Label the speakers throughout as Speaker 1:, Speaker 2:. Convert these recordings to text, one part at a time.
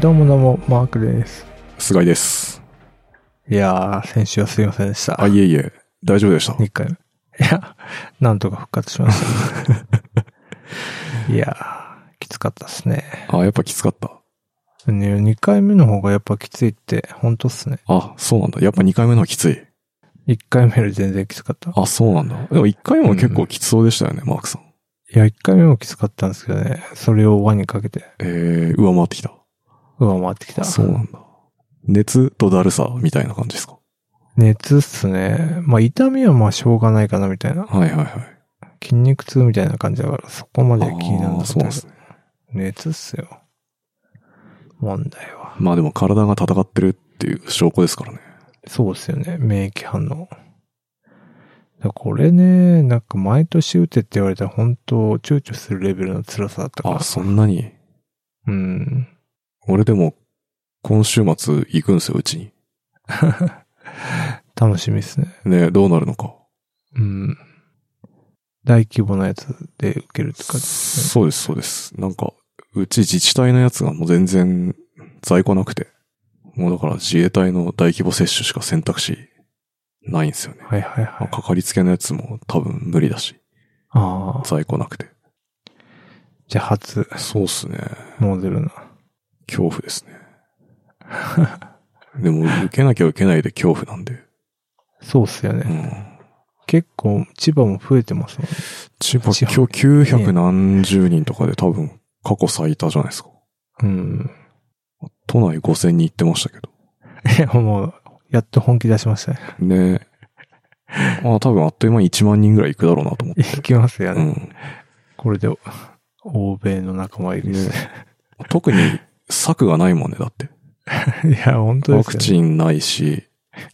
Speaker 1: どうもどうも、マークです。
Speaker 2: 菅井です。
Speaker 1: いやー、先週はすいませんでした。
Speaker 2: あ、いえいえ、大丈夫でした。
Speaker 1: 2回目。いや、なんとか復活しま した。いやー、きつかったですね。
Speaker 2: あ、やっぱきつかった。
Speaker 1: ね2回目の方がやっぱきついって、ほんとっすね。
Speaker 2: あ、そうなんだ。やっぱ2回目のはきつい。
Speaker 1: 1回目より全然きつかった。い
Speaker 2: あ、そうなんだ。でも1回目も結構きつそうでしたよね、マークさん。
Speaker 1: や、1回目もきつかったんですけどね、それを輪にかけて
Speaker 2: えー、上回ってきた。
Speaker 1: 上回ってきた。
Speaker 2: そうなんだ。熱とだるさみたいな感じですか。
Speaker 1: 熱っすね。まあ、痛みはまあしょうがないかなみたいな。
Speaker 2: はいはいはい。
Speaker 1: 筋肉痛みたいな感じだから、そこまで気にならなかっ
Speaker 2: あー
Speaker 1: た
Speaker 2: そう
Speaker 1: け
Speaker 2: なん
Speaker 1: ど
Speaker 2: ですね。
Speaker 1: 熱っすよ。問題は。
Speaker 2: まあでも体が戦ってるっていう証拠ですからね。
Speaker 1: そうですよね。免疫反応。だからこれね、なんか毎年打てって言われたら本当躊躇するレベルの辛さだったから。
Speaker 2: あ、そんなに。
Speaker 1: うん。
Speaker 2: 俺でも、今週末行くんですよ、うちに。
Speaker 1: 楽しみですね。
Speaker 2: ねどうなるのか。
Speaker 1: うん。大規模なやつで受けるって感じですね。
Speaker 2: そうです、そうです。なんか、うち自治体のやつがもう全然在庫なくて、もうだから自衛隊の大規模接種しか選択肢ないんですよね。
Speaker 1: はいはいは
Speaker 2: まあ
Speaker 1: い。
Speaker 2: かかりつけのやつも多分無理だし、
Speaker 1: ああ。
Speaker 2: 在庫なくて。
Speaker 1: じゃあ初、
Speaker 2: そうっすね。
Speaker 1: モデルな。
Speaker 2: 恐怖ですね。 でも、受けなきゃ受けないで恐怖なんで。
Speaker 1: そうっすよ
Speaker 2: う
Speaker 1: ね。
Speaker 2: ん。
Speaker 1: 結構、千葉も増えてますもんね。
Speaker 2: 千葉
Speaker 1: 千葉
Speaker 2: 今日900何十人とかで多分過去最多じゃないですか。
Speaker 1: うん。
Speaker 2: 都内5000人行ってましたけど。
Speaker 1: いや、 もう、やっと本気出しま したね。
Speaker 2: ねえ。まあ多分あっという間に1万人ぐらい行くだろうなと思って。
Speaker 1: いきますよ
Speaker 2: う
Speaker 1: ね。
Speaker 2: ん。
Speaker 1: これで、欧米の仲間入りですね。
Speaker 2: 特に策がないもんね、だって。
Speaker 1: いや、本当
Speaker 2: ワ
Speaker 1: ですよ、ね。
Speaker 2: クチンないし、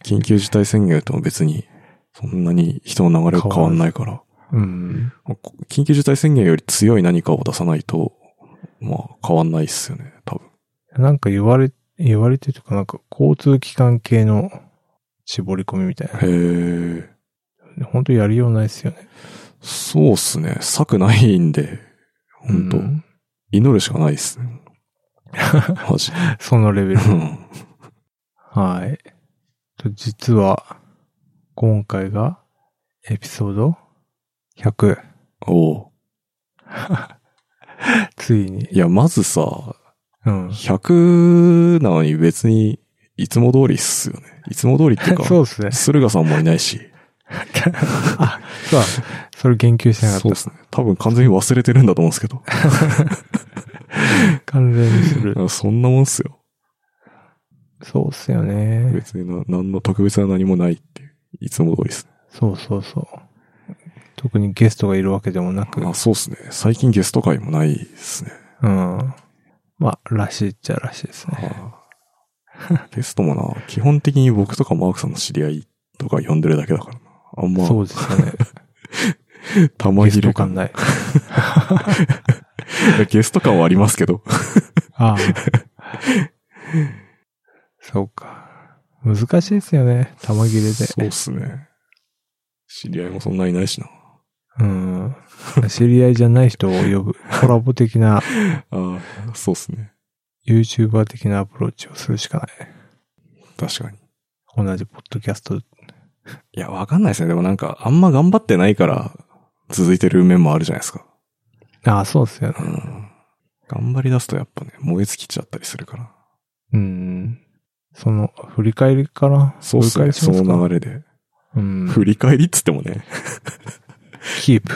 Speaker 2: 緊急事態宣言とも別に、そんなに人の流れが変わんないから。
Speaker 1: うん。
Speaker 2: こ緊急事態宣言より強い何かを出さないと、まあ変わんないっすよね、多分。
Speaker 1: なんか言われ、言われてるとか、なんか交通機関系の絞り込みみたい
Speaker 2: へえ。
Speaker 1: な。本当やりようないですよね。
Speaker 2: そうっすね。策ないんで、本当、
Speaker 1: うん
Speaker 2: 祈るしかないっす ね。マジで。
Speaker 1: そのレベル。
Speaker 2: うん
Speaker 1: はい。と実は、今回が、エピソード100。
Speaker 2: おう
Speaker 1: ついに。
Speaker 2: いや、まずさ、
Speaker 1: うん。
Speaker 2: 100なのに別に、いつも通りっすよね。いつも通りっていう か、
Speaker 1: そうですね。
Speaker 2: 駿河さんもいないし。
Speaker 1: あ、そうだ。それ言及してなか
Speaker 2: そう
Speaker 1: っ
Speaker 2: ですね。多分完全に忘れてるんだと思うんです けど。
Speaker 1: た。関連する。
Speaker 2: そんなもんっすよ。
Speaker 1: そうっすよね。
Speaker 2: 別にな、何の特別な何もないっていう。いつも通りっすね。
Speaker 1: そうそうそう。特にゲストがいるわけでもなく。
Speaker 2: あ、そうっすね。最近ゲスト会もないっす ね。
Speaker 1: うん。まあ、らしいっちゃらしいですね。
Speaker 2: ああゲストもな、基本的に僕とかマークさんの知り合いとか呼んでるだけだからな。あんま、
Speaker 1: そうですよね。
Speaker 2: 玉
Speaker 1: ゲ
Speaker 2: 切
Speaker 1: スト
Speaker 2: れ感
Speaker 1: 感ない。
Speaker 2: いやゲスト感はありますけど。
Speaker 1: ああ。 そうか。難しいですよね。玉切れで。
Speaker 2: そうっすね。知り合いもそんなにいないしな。
Speaker 1: うん。知り合いじゃない人を呼ぶ。 コラボ的な、
Speaker 2: ああ、そうっすね。
Speaker 1: YouTuber 的なアプローチをするしかない。
Speaker 2: 確かに。
Speaker 1: 同じポッドキャスト。
Speaker 2: いや、わかんないですね。でもなんか、あんま頑張ってないから、続いてる面もあるじゃないですか。
Speaker 1: ああ、そうですよね
Speaker 2: う。ん。頑張り出すとやっぱね、燃え尽きちゃったりするから。
Speaker 1: うん。その、振り返りかな
Speaker 2: そうっすね。
Speaker 1: 振り
Speaker 2: そ
Speaker 1: 返りしますか
Speaker 2: の流れで。
Speaker 1: うん。
Speaker 2: 振り返りっつってもね、
Speaker 1: キープ。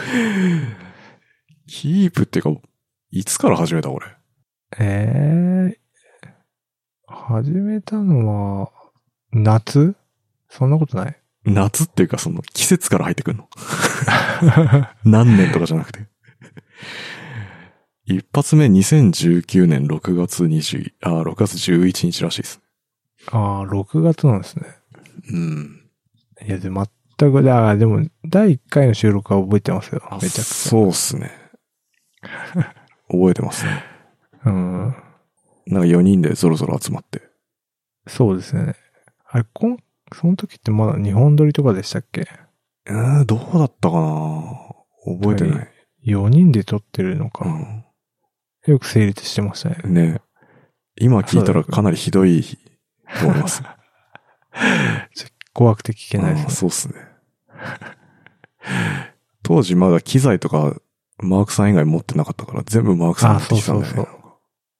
Speaker 2: キープっていうか、いつから始めた俺。
Speaker 1: ええ始めたのは、夏そんなことない。
Speaker 2: 夏っていうか、その、季節から入って くんの。何年とかじゃなくて。一発目2019年6月20、あ、6月11日らしいです。
Speaker 1: ああ、6月なんですね。
Speaker 2: うん。
Speaker 1: いや、で、全く、だから、でも、第1回の収録は覚えてますよ。めちゃくち
Speaker 2: そうっす ね。覚えてますね。
Speaker 1: ゃ。うん。
Speaker 2: なんか4人でそろそろ集まって。
Speaker 1: そうですね。あれ、こん、その時ってまだ日本撮りとかでしたっけ
Speaker 2: えー、どうだったかな覚えてない。
Speaker 1: ?4 人で撮ってるの
Speaker 2: う
Speaker 1: か。よく成立してましたね。
Speaker 2: ん。ね。今聞いたらかなりひどいと思い ます。
Speaker 1: 怖くて聞けないで
Speaker 2: あー
Speaker 1: す
Speaker 2: そうっすね。当時まだ機材とかマークさん以外持ってなかったから全部マークさん持ってきたんだよ
Speaker 1: あ
Speaker 2: ね
Speaker 1: ー。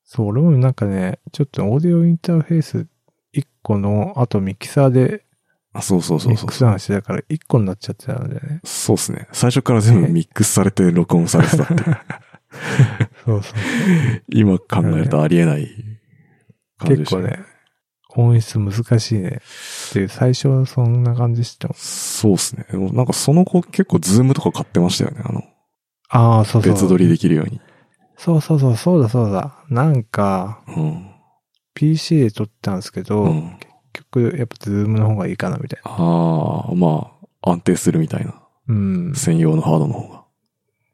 Speaker 1: そう、俺もなんかね、ちょっとオーディオインターフェース1個の、あとミキサーで
Speaker 2: あそうそうそ
Speaker 1: ミ
Speaker 2: う
Speaker 1: ッ
Speaker 2: そ
Speaker 1: ク
Speaker 2: う。
Speaker 1: スダウンしてたから1個になっちゃってたんだよね。
Speaker 2: そうっすね。最初から全部ミックスされて録音されて たっていう。
Speaker 1: そうそう。
Speaker 2: 今考えるとありえない感じで
Speaker 1: 結
Speaker 2: した
Speaker 1: 構。ね、音質難しいね。っていう、最初はそんな感じしてたもん。
Speaker 2: そうっすね。でもなんかその子結構ズームとか買ってましたよね。あの、
Speaker 1: ああ、そうそう。
Speaker 2: 別撮りできるように。
Speaker 1: そうそうそう、そうだそうだ。なんか、
Speaker 2: うん。
Speaker 1: PC で撮ったんですけど、
Speaker 2: うん。
Speaker 1: 結局やっぱズームの方がいいかなみたいな。
Speaker 2: ああ、まあ、安定するみたいな。
Speaker 1: うん。
Speaker 2: 専用のハードの方が。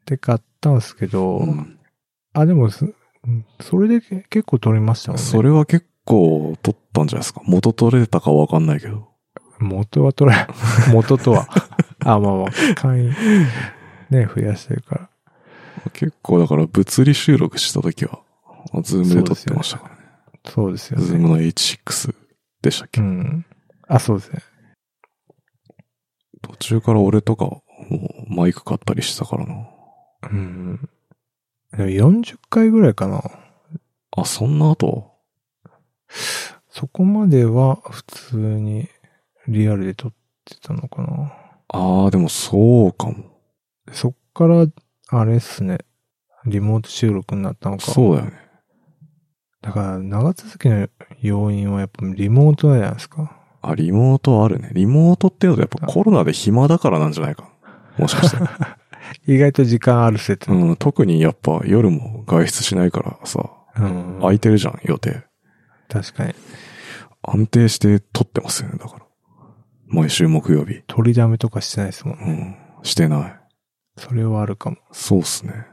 Speaker 1: で買ったんですけど、
Speaker 2: うん
Speaker 1: あ、でもす、うんそれで結構撮りましたもんね。
Speaker 2: それは結構撮ったんじゃないですか。元取れたかわかんないけど。
Speaker 1: 元は取れ、 元とは。あ、まあまあ、会員、ね、増やしてるから。
Speaker 2: 結構だから物理収録した時は、ズームで撮ってましたからね。
Speaker 1: そうですよ
Speaker 2: ズー
Speaker 1: ね。
Speaker 2: ムの H6 でしたっ
Speaker 1: う
Speaker 2: け、
Speaker 1: ん。あ、そうですね。
Speaker 2: 途中から俺とか、もうマイク買ったりしてたからな。
Speaker 1: うん。でも40回ぐらいかな。
Speaker 2: あ、そんな後
Speaker 1: そこまでは普通にリアルで撮ってたのかな。
Speaker 2: ああ、でもそうかも。
Speaker 1: そっから、あれっすね。リモート収録になったのか。
Speaker 2: そうだよね。
Speaker 1: だから、長続きの要因はやっぱリモートなんじゃないですか。
Speaker 2: あ、リモートあるね。リモートっていうのはやっぱコロナで暇だからなんじゃないか。もしか して。
Speaker 1: 意外と時間ある説。
Speaker 2: うん、特にやっぱ夜も外出しないからさ、
Speaker 1: うん。
Speaker 2: 空いてるじゃん、予定。
Speaker 1: 確かに。
Speaker 2: 安定して撮ってますよね、だから。毎週木曜日。
Speaker 1: 取りだめとかしてないですもん。
Speaker 2: うん、してない。
Speaker 1: それはあるかも。
Speaker 2: そうっすね。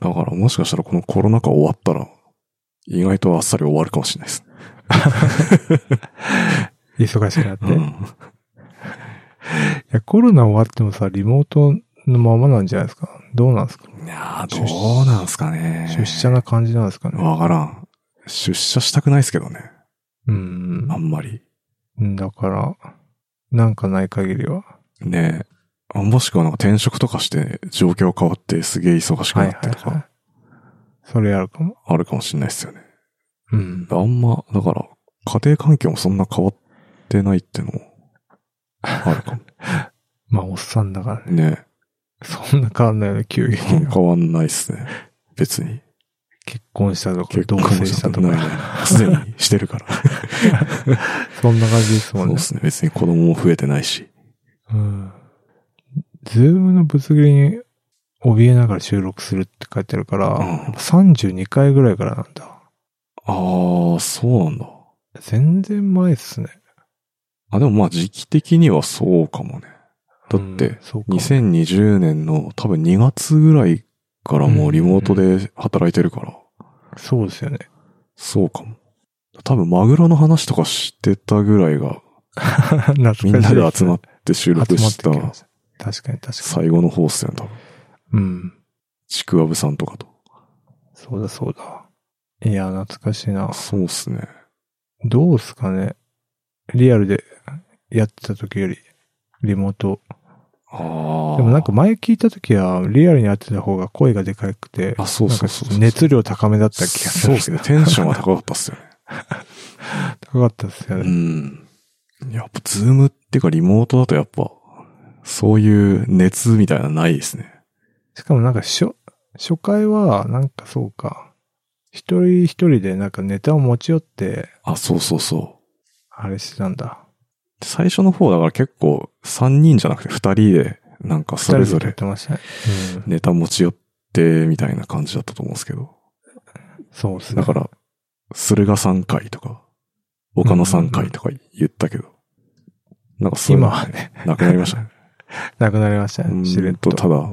Speaker 2: だからもしかしたらこのコロナ禍終わったら、意外とあっさり終わるかもしれないです。
Speaker 1: 忙しくなって。
Speaker 2: う
Speaker 1: い
Speaker 2: ん。
Speaker 1: や、コロナ終わってもさ、リモートのままなんじゃないですか。どうなんですか、
Speaker 2: いやー、どうなんすかね。
Speaker 1: 出社な感じなんですかね。
Speaker 2: わからん。出社したくないですけどね。
Speaker 1: うん
Speaker 2: あ。んまり。
Speaker 1: だから、なんかない限りは。
Speaker 2: ねえ。あもしくはなんか転職とかして状況変わってすげえ忙しく
Speaker 1: はい
Speaker 2: な
Speaker 1: はい
Speaker 2: ってと
Speaker 1: は
Speaker 2: か
Speaker 1: い。それあるかも。
Speaker 2: あるかもしれないですよね。
Speaker 1: うん。
Speaker 2: あんま、だから家庭環境もそんな変わってないってのもあるか も。
Speaker 1: まあ、おっさんだからね。
Speaker 2: ね
Speaker 1: そんな変わんないよね、急激
Speaker 2: え。
Speaker 1: には。
Speaker 2: 変わんないっすね。別に。
Speaker 1: 結婚したとか、
Speaker 2: 結
Speaker 1: 同
Speaker 2: 婚
Speaker 1: 棲
Speaker 2: し
Speaker 1: したた
Speaker 2: と
Speaker 1: と
Speaker 2: ない
Speaker 1: か。
Speaker 2: ない。すでにしてるから。
Speaker 1: そんな感じ です
Speaker 2: そ
Speaker 1: も
Speaker 2: うん
Speaker 1: ね
Speaker 2: で。すね。別に子供も増えてないし。
Speaker 1: うん。ズームの物理に怯えながら収録するって書いてあるから、
Speaker 2: うん
Speaker 1: やっぱ32回ぐらいからなんだ。
Speaker 2: ああ、そうなんだ。
Speaker 1: 全然前っすね。
Speaker 2: あ、でもまあ時期的にはそうかもね。だって
Speaker 1: うん、そうかも
Speaker 2: 2020年の多分2月ぐらいからもうリモートで働いてるから、
Speaker 1: そうですよね。
Speaker 2: そうかも。多分マグロの話とかしてたぐらいが、
Speaker 1: 懐かしい
Speaker 2: みんなで集まって収録し
Speaker 1: 集まってきま
Speaker 2: た
Speaker 1: した確かに確かに。
Speaker 2: 最後の方っすよね、多分。
Speaker 1: うん。
Speaker 2: ちくわぶさんとかと。
Speaker 1: そうだそうだ。いや、懐かしいな。
Speaker 2: そうっすね。
Speaker 1: どうっすかね。リアルでやってた時より、リモート。
Speaker 2: ああ。
Speaker 1: でもなんか、前聞いた時は、リアルにやってた方が声がでかくて、
Speaker 2: あ、そう
Speaker 1: なん
Speaker 2: そ
Speaker 1: か
Speaker 2: うそうそう。
Speaker 1: 熱量高めだった気がす
Speaker 2: そう
Speaker 1: るん
Speaker 2: っ
Speaker 1: ですす
Speaker 2: ね
Speaker 1: け。
Speaker 2: テンションが高かったっす よね。
Speaker 1: ど。高かったですよ
Speaker 2: う
Speaker 1: ね。
Speaker 2: ん。やっぱズームっていうかリモートだとやっぱ、そういう熱みたいなのないですね。
Speaker 1: しかもなんか初、初回は、なんかそうか。一人一人でなんかネタを持ち寄って、
Speaker 2: あ、そうそうそう。
Speaker 1: あれしてたんだ。
Speaker 2: 最初の方だから結構3人じゃなくて2人でなんかそれ
Speaker 1: 二
Speaker 2: ぞ
Speaker 1: 人で撮っ
Speaker 2: れ
Speaker 1: てましたね。うん。
Speaker 2: ネタ持ち寄ってみたいな感じだったと思うんですけど。
Speaker 1: そうですね。
Speaker 2: だから、駿河3回とか、岡野3回とか言ったけど。なんかそういうの
Speaker 1: 今はね、
Speaker 2: なくなりました ね。
Speaker 1: なくなりました
Speaker 2: う
Speaker 1: ね。しれっ
Speaker 2: ーんと
Speaker 1: と。
Speaker 2: ただ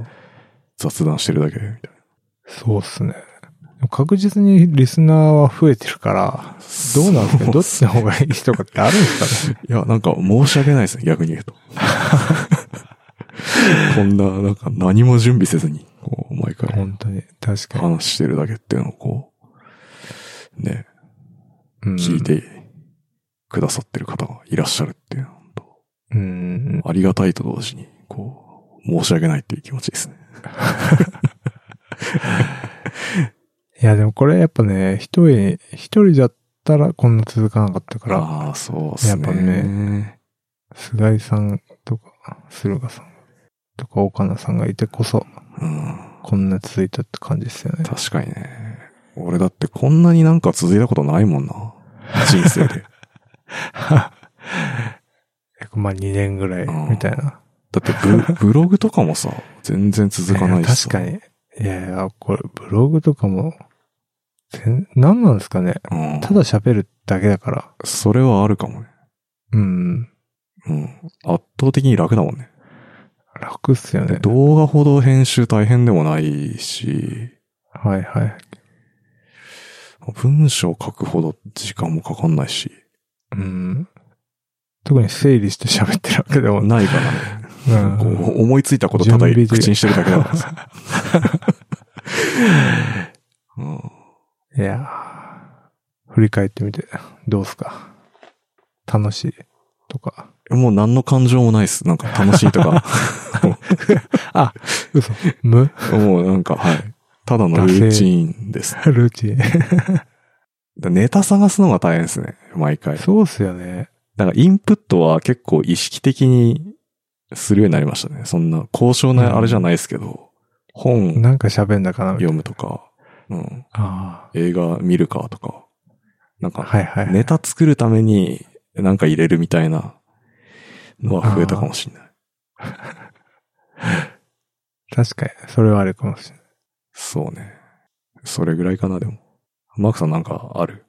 Speaker 2: 雑談してるだけみたい
Speaker 1: そうっすね。確実にリスナーは増えてるから、
Speaker 2: な。
Speaker 1: どうなんですかねど
Speaker 2: そう
Speaker 1: っちの方がいいとかってあるんですかね
Speaker 2: いや、なんか申し訳ないですね、逆に言 うと。こんな、なんか何も準備せずに、こ う、毎回。
Speaker 1: 本当に。確かに。
Speaker 2: 話してるだけっていうのをこう、ね、
Speaker 1: うん
Speaker 2: 聞い。てくださってる方がいらっしゃるっていうのと、
Speaker 1: うん。
Speaker 2: ありがたいと同時に、こう、申し訳ないっていう気持ちですね。
Speaker 1: いや、でもこれやっぱね、一人、一人だったらこんな続かなかったから、
Speaker 2: ああ、そうっすね。
Speaker 1: やっぱね菅井さんとか、駿河さんとか、岡野さんがいてこそ、
Speaker 2: うん。
Speaker 1: こんな続いたって感じですよ ね。
Speaker 2: 確かにね。俺だってこんなになんか続いたことないもんな。人 生で。
Speaker 1: 約まあ2年ぐらいみたいな。
Speaker 2: だってブブログとかもさ、全然続かないしさ。
Speaker 1: 確かに。いやいや、これブログとかも、全何なんですかね。
Speaker 2: うん。
Speaker 1: ただ喋るだけだから。
Speaker 2: それはあるかもね。
Speaker 1: うん。
Speaker 2: うん。圧倒的に楽だもんね。
Speaker 1: 楽っすよね。
Speaker 2: 動画ほど編集大変でもないし、
Speaker 1: はいはい。
Speaker 2: 文章書くほど時間もかかんないし、
Speaker 1: うん。特に整理して喋ってるわけでもない。
Speaker 2: ないからね。
Speaker 1: うん
Speaker 2: こう思いついたことただ
Speaker 1: 準備で
Speaker 2: 口にしてるだけだからさ。うん
Speaker 1: いやー振り返ってみて、どうっすか楽しいと か。
Speaker 2: もう何の感情もないです。なんか楽しいとか。
Speaker 1: 嘘無
Speaker 2: もうなんか、はい。ただのルーチンです。
Speaker 1: ルーチン。
Speaker 2: ネタ探すのが大変ですね。毎 回。
Speaker 1: そうっすよね。
Speaker 2: だからインプットは結構意識的にするようになりましたね。そんな高尚なあれじゃないですけど、本
Speaker 1: なんか喋んだかなみたいな
Speaker 2: 読むとか、うん、
Speaker 1: あ
Speaker 2: 映画見るかとか、なん
Speaker 1: あ。
Speaker 2: か
Speaker 1: はいはい。
Speaker 2: ネタ作るためになんか入れるみたいなのは増えたかもしれない。
Speaker 1: 確かに、それはあるかもしれない。
Speaker 2: そうね。それぐらいかな、でも。マークさんなんかある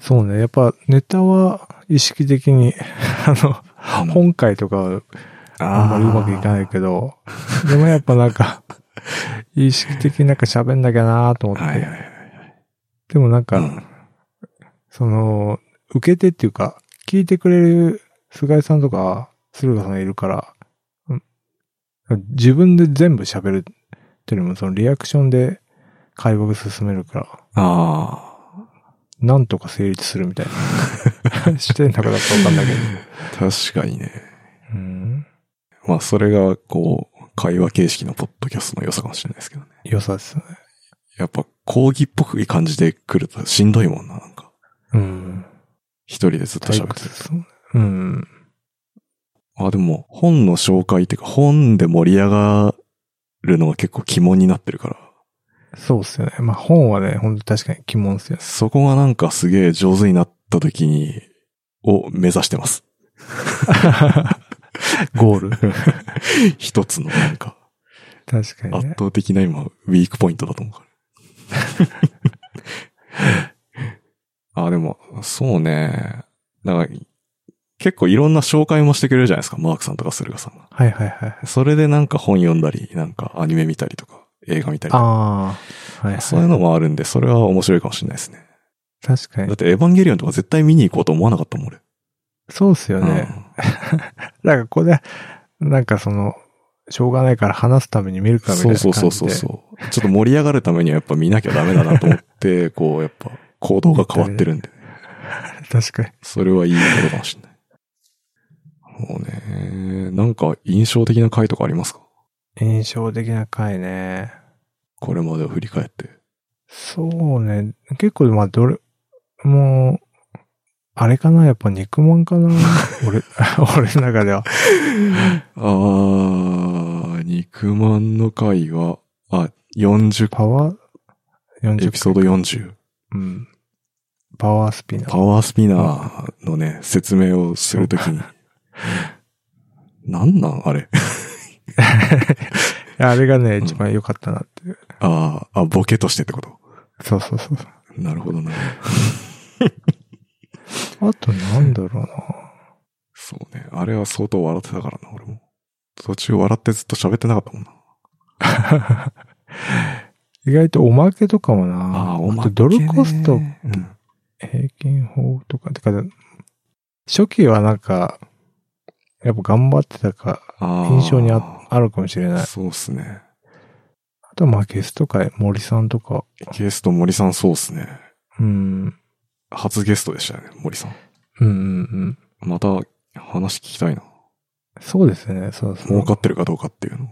Speaker 1: そうね。やっぱネタは意識的に、 あの、本会とかはあんまりうまくいかないけど、でもやっぱなん か、意識的になんか喋んなきゃなと思って、
Speaker 2: はいはいはい。
Speaker 1: でもなんか、
Speaker 2: うん
Speaker 1: その、受け手っていうか、聞いてくれる菅井さんとか、駿河さんがいるから、うん自分で全部喋るっていうよりも、そのリアクションで会話が進めるから、
Speaker 2: あ
Speaker 1: なんとか成立するみたい な。してんのかだかわかんないけど。
Speaker 2: あ、確かにね。
Speaker 1: うん。
Speaker 2: まあそれがこう、会話形式のポッドキャストの良さかもしれないですけどね。
Speaker 1: 良さですね。
Speaker 2: やっぱ講義っぽく感じで来るとしんどいもんな、なんか。
Speaker 1: うん。
Speaker 2: 一人でずっと喋
Speaker 1: 退
Speaker 2: って
Speaker 1: 屈
Speaker 2: る
Speaker 1: で。すもんねうん。
Speaker 2: あ、でも本の紹介っていうか本で盛り上がるのが結構肝になってるから。
Speaker 1: そうっすよね。まあ本はね、本当確かに鬼門っすよね。
Speaker 2: そこがなんかすげえ上手になった時に、を目指してます。
Speaker 1: ゴール。
Speaker 2: 一つのなんか、
Speaker 1: 確かに
Speaker 2: 圧
Speaker 1: ね。
Speaker 2: 倒的な今、ウィークポイントだと思うから。あ、でも、そうね。なんか、結構いろんな紹介もしてくれるじゃないですか。マークさんとか駿河さんが。
Speaker 1: はいはいはい。
Speaker 2: それでなんか本読んだり、なんかアニメ見たりとか、映画見たりとか。
Speaker 1: ああ。はい、はい。
Speaker 2: そういうのもあるんで、それは面白いかもしれないですね。
Speaker 1: 確か
Speaker 2: だっ
Speaker 1: に。
Speaker 2: て、エヴァンゲリオンとか絶対見に行こうと思わなかったもん、俺。
Speaker 1: そうっすよ
Speaker 2: うん
Speaker 1: ね。なんかここで、なんかその、しょうがないから話すために見るかみたい
Speaker 2: そう
Speaker 1: な
Speaker 2: そ
Speaker 1: 感
Speaker 2: う
Speaker 1: じで。
Speaker 2: そうそうそう。ちょっと盛り上がるためにはやっぱ見なきゃダメだなと思 って、こう、やっぱ行動が変わってるんで、
Speaker 1: 確かに。
Speaker 2: それはいいことかもしれない。もうね、なんか印象的な回とかありますか
Speaker 1: 印象的な回ね。
Speaker 2: これまでを振り返って。
Speaker 1: そうね。結構、まあ、どれ、もう、あれかなやっぱ肉まんか な俺、俺の中では。
Speaker 2: あー、肉まんの回は、あ、40、
Speaker 1: パワー、40
Speaker 2: エピソード40。
Speaker 1: うん。パワースピナー。
Speaker 2: パワースピナーのね、説明をすると きに。なんなんあれ。
Speaker 1: あれがね、
Speaker 2: ん
Speaker 1: 一番良かったなっていう。
Speaker 2: あーあ、ボケとしてってこと。
Speaker 1: そうそうそう。
Speaker 2: なるほどな、
Speaker 1: あと、なんだろう
Speaker 2: そうね。あれは相当笑ってたからな、俺も。途中笑ってずっと喋ってなかったもんな。
Speaker 1: な。意外とおまけとかもな。あとドルコスト
Speaker 2: うん
Speaker 1: 平均法とか、てか、初期はなんか、やっぱ頑張ってたか、
Speaker 2: あー
Speaker 1: 印象にああるかもしれない。
Speaker 2: そうっすね。
Speaker 1: あと、まあ、ゲスト会、森さんとか、
Speaker 2: ゲスト森さんそうっすね。
Speaker 1: うん。
Speaker 2: 初ゲストでしたよね、森さん。
Speaker 1: うんうんうん。
Speaker 2: また話聞きたいな。
Speaker 1: そうですね、そうそう。
Speaker 2: 儲かってるかどうかってい うのを。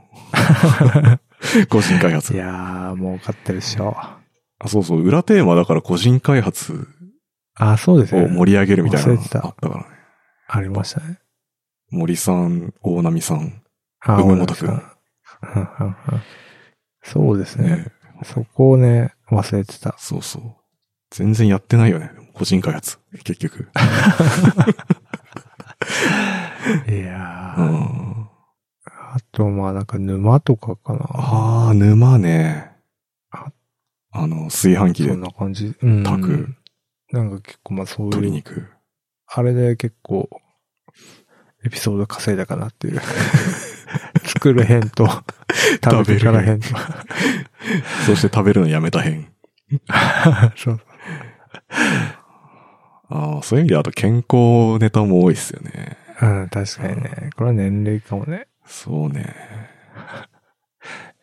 Speaker 2: 個人開
Speaker 1: い
Speaker 2: 発。
Speaker 1: やー、儲かってるっしょ。
Speaker 2: あ、そうそう、裏テーマだから個人開発
Speaker 1: あ、そうです
Speaker 2: を
Speaker 1: よね。
Speaker 2: 盛り上げるみたいなの
Speaker 1: 忘れてた
Speaker 2: あったからね。
Speaker 1: ありましたね。
Speaker 2: 森さん、大波さん。
Speaker 1: あ
Speaker 2: 梅本
Speaker 1: 大丈夫で
Speaker 2: 君
Speaker 1: すかうんうんうんそうですね
Speaker 2: ね。
Speaker 1: そこをね、忘れてた。
Speaker 2: そうそう。全然やってないよね。でも個人開発。結局。
Speaker 1: いや
Speaker 2: う
Speaker 1: ー。
Speaker 2: ん。
Speaker 1: あと、まあなんか沼とかかな。
Speaker 2: ああ、沼ね
Speaker 1: あ。
Speaker 2: あの、炊飯器
Speaker 1: そ
Speaker 2: で
Speaker 1: んな感じ。うん。
Speaker 2: 炊く
Speaker 1: なんか結構まあそう
Speaker 2: 鶏
Speaker 1: いう、
Speaker 2: 肉。
Speaker 1: あれで結構、エピソード稼いだかなっていう。 作る編 と、食べてから編と。
Speaker 2: そして食べるのやめた編。
Speaker 1: そう。
Speaker 2: ああ、そういう意味であと健康ネタも多いっすよね。
Speaker 1: うん、確かにね。これは年齢かもね。
Speaker 2: そうね。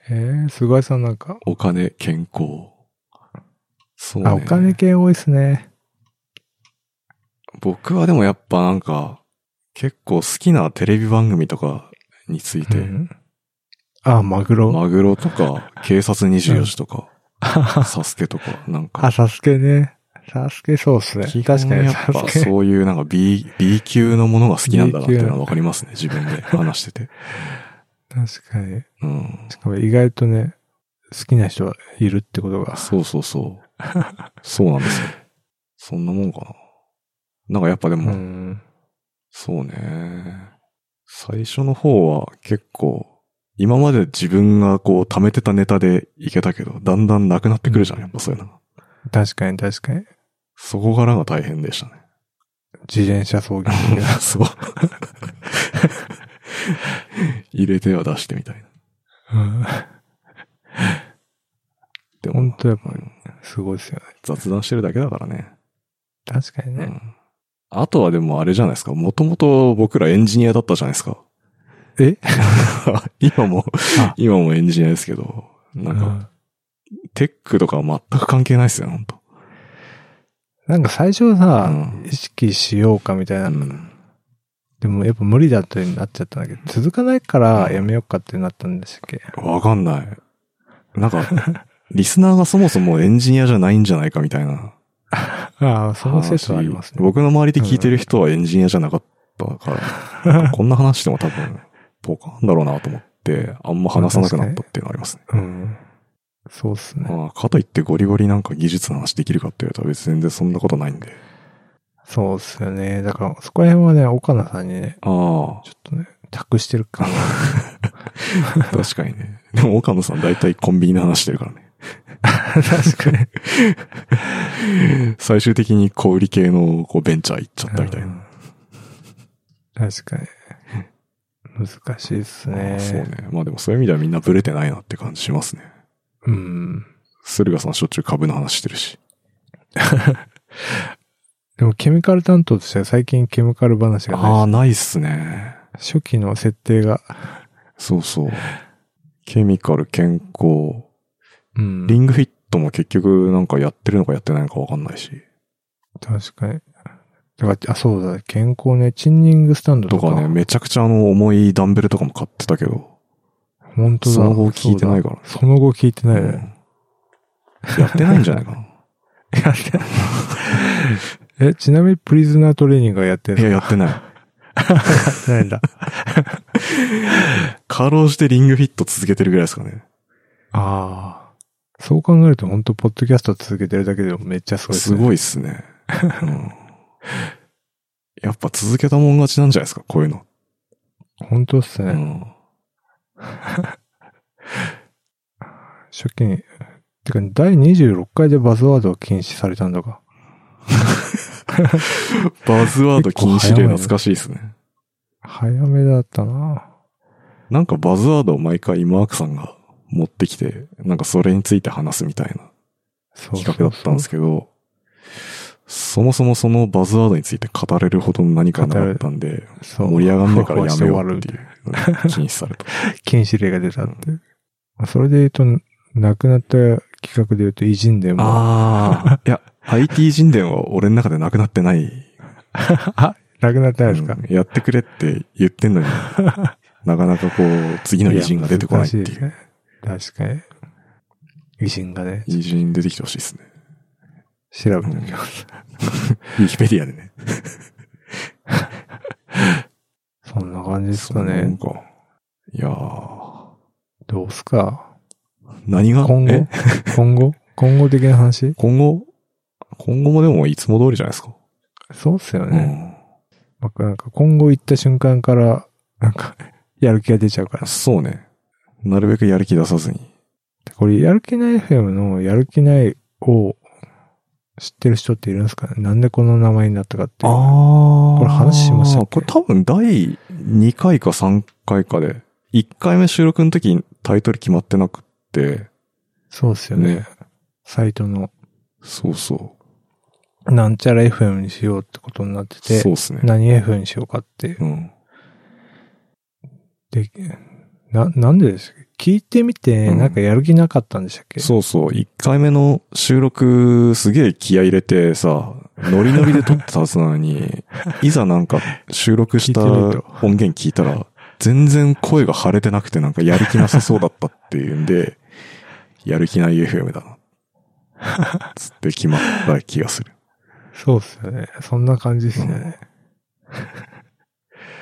Speaker 1: えー、菅井さんなんか。
Speaker 2: お金、健康。そうね。
Speaker 1: あ、お金系多いっすね。
Speaker 2: 僕はでもやっぱなんか、結構好きなテレビ番組とかについて、
Speaker 1: うんあ、マグロ。
Speaker 2: マグロとか、警察24時と か、サスケとか、なんか
Speaker 1: あ、、サスケね。サスケそうっすね。
Speaker 2: 基
Speaker 1: 確
Speaker 2: 本
Speaker 1: かに
Speaker 2: やっ
Speaker 1: サ
Speaker 2: ぱ
Speaker 1: スケ。
Speaker 2: そういうなんか B、B 級のものが好きなんだなっていう
Speaker 1: B
Speaker 2: の
Speaker 1: 級
Speaker 2: はわかりますね。自分で話してて。
Speaker 1: 確かに。
Speaker 2: うん。
Speaker 1: しかも意外とね、好きな人はいるってことが。
Speaker 2: そうそうそう。そうなんですよ。そんなもんかな。なんかやっぱで
Speaker 1: う
Speaker 2: も、
Speaker 1: ん。
Speaker 2: そうね。最初の方は結構、今まで自分がこう貯めてたネタでいけたけど、だんだんなくなってくるじゃん。やっぱそういうのが。
Speaker 1: 確かに確かに。
Speaker 2: そこからが大変でしたね。
Speaker 1: 自転車葬儀。
Speaker 2: そう。 入れては出してみたいな。
Speaker 1: うん。
Speaker 2: でも
Speaker 1: 本当やっぱ
Speaker 2: うん
Speaker 1: すごいっすよね。
Speaker 2: 雑談してるだけだからね。
Speaker 1: 確かに
Speaker 2: う
Speaker 1: ね。
Speaker 2: ん。あとはでもあれじゃないですか。もともと僕らエンジニアだったじゃないですか。
Speaker 1: え
Speaker 2: 今も
Speaker 1: あ、
Speaker 2: 今もエンジニアですけど、なん
Speaker 1: う
Speaker 2: か、
Speaker 1: ん
Speaker 2: テックとか全く関係ないですよ、本当
Speaker 1: なんか最初さ
Speaker 2: うん、
Speaker 1: 意識しようかみたいな
Speaker 2: う。ん。
Speaker 1: でもやっぱ無理だったようになっちゃったんだけど、続かないからやめようかってなったんでしたっけ
Speaker 2: わかんない。な んか、リスナーがそもそもエンジニアじゃないんじゃないかみたいな
Speaker 1: ああ、その
Speaker 2: 話。
Speaker 1: 説はありますね。
Speaker 2: 僕の周りで聞いてる人はエンジニアじゃなかったから、なんかこんな話しても多分、ポーカーなんだろうなと思って、あんま話さなくなったっていうのはありますね。
Speaker 1: うん。そうっすね。
Speaker 2: まあ、かといってゴリゴリなんか技術の話できるかって言われたら別に全然そんなことないんで。
Speaker 1: そうっすよね。だから、そこら辺はね、岡野さんにね、
Speaker 2: あ
Speaker 1: ちょっとね、託してるから。
Speaker 2: あ、確かにね。 でも岡野さん大体コンビニの話してるから ね。
Speaker 1: 確かに。
Speaker 2: 最終的に小売り系のこうベンチャー行っちゃったみたいな。
Speaker 1: うん確かに。難しいっす
Speaker 2: あ
Speaker 1: ね
Speaker 2: あ。そうね。まあでもそういう意味ではみんなブレてないなって感じしますね。
Speaker 1: うん。
Speaker 2: 駿河さんしょっちゅう株の話してるし。
Speaker 1: でも、ケミカル担当としては最近ケミカル話が
Speaker 2: あ
Speaker 1: な
Speaker 2: あ、
Speaker 1: い
Speaker 2: ないっすね。
Speaker 1: し初期の設定が、
Speaker 2: そうそう。ケミカル、健康。
Speaker 1: うん。
Speaker 2: リングフィットも結局なんかやってるのかやってないのかわかんないし。
Speaker 1: 確かに。だから、あ、そうだ、健康ね、チンニングスタンド
Speaker 2: と
Speaker 1: とか。
Speaker 2: かね、めちゃくちゃあの重いダンベルとかも買ってたけど。
Speaker 1: 本当だ。
Speaker 2: その後聞いてないからね
Speaker 1: そうだその後聞いてないね。
Speaker 2: うんやってないんじゃないかな。
Speaker 1: やってない。え、ちなみにプリズナートレーニングはやってる
Speaker 2: い
Speaker 1: の
Speaker 2: や、
Speaker 1: や
Speaker 2: やってない。
Speaker 1: ってないんだ。
Speaker 2: かろうじてリングフィット続けてるぐらいですかね。
Speaker 1: ああ。そう考えると本当ポッドキャスト続けてるだけでもめっちゃすごいです
Speaker 2: す
Speaker 1: ね。い。
Speaker 2: ごいっすね。うんやっぱ続けたもん勝ちなんじゃないですか、こういうの。
Speaker 1: 本当っすね。
Speaker 2: うん
Speaker 1: 初期に。てか、第26回でバズワードは禁止されたんだが。
Speaker 2: バズワード禁止令懐かしいですね。
Speaker 1: 早めだったな
Speaker 2: なんかバズワードを毎回マークさんが持ってきて、なんかそれについて話すみたいな
Speaker 1: そうそう
Speaker 2: 企画だったんです
Speaker 1: け
Speaker 2: けど、そもそもそのバズワードについて語れるほどの何かなかったんで、
Speaker 1: ど。そう。
Speaker 2: 盛り上がんねえからやめよ
Speaker 1: ふわふわして終わる
Speaker 2: うっ
Speaker 1: みた
Speaker 2: て
Speaker 1: い
Speaker 2: い
Speaker 1: な
Speaker 2: う。禁止された。
Speaker 1: 禁止令が出たっていう。まあそれで言うと、亡くなった企画で言うと、偉人でも、
Speaker 2: ああ。いや、 IT 人伝は俺の中でなくなってない。
Speaker 1: あ、なくなってないですか、
Speaker 2: うんやってくれって言ってん のに、なかなかこう、次の偉人が出てこないってい
Speaker 1: や
Speaker 2: う。
Speaker 1: 難しいですね。確かに。偉人がね、
Speaker 2: 偉人出てきてほしいですね。
Speaker 1: 調べてみ
Speaker 2: うん
Speaker 1: ます。
Speaker 2: ウィキペディアでね。
Speaker 1: そんな感じですか
Speaker 2: な
Speaker 1: ね
Speaker 2: ん。か。いやー
Speaker 1: どうすか
Speaker 2: 何が、
Speaker 1: 今後
Speaker 2: え
Speaker 1: 今後今後的な話
Speaker 2: 今後、今後もでもいつも通りじゃないですか。
Speaker 1: そうっすよね。まあ、なんか今後行った瞬間から、なんか、やる気が出ちゃうか
Speaker 2: うん。
Speaker 1: ら。
Speaker 2: そうね。なるべくやる気出さずに。
Speaker 1: これ、やる気ない FM のやる気ないを知ってる人っているんですかねなんでこの名前になったかっていう。
Speaker 2: あ
Speaker 1: これ話しましたっけ
Speaker 2: これ多分第2回か3回かで、1回目収録の時にタイトル決まってなくって、
Speaker 1: そうっすよね。
Speaker 2: ね。
Speaker 1: サイトの、
Speaker 2: そうそ
Speaker 1: なんちゃら FM にしようってことになって
Speaker 2: う。そ
Speaker 1: て、
Speaker 2: うっすね。
Speaker 1: 何 FM にしようかって。
Speaker 2: うん。
Speaker 1: で、な、なんでですか聞いてみて、
Speaker 2: うん
Speaker 1: なんかやる気なかったんでしたっけ、
Speaker 2: そうそう。1回目の収録すげえ気合い入れてさ、ノリノリで撮ってたはずな のに、いざなんか収録した
Speaker 1: 聞いて
Speaker 2: 音
Speaker 1: み
Speaker 2: 源聞いたら、全然声が腫れてなくてなんかやる気なさそうだったっていうん で、やる気ない FM だな。つって決まった気が する。
Speaker 1: そうっすよね。そんな感じっすよね。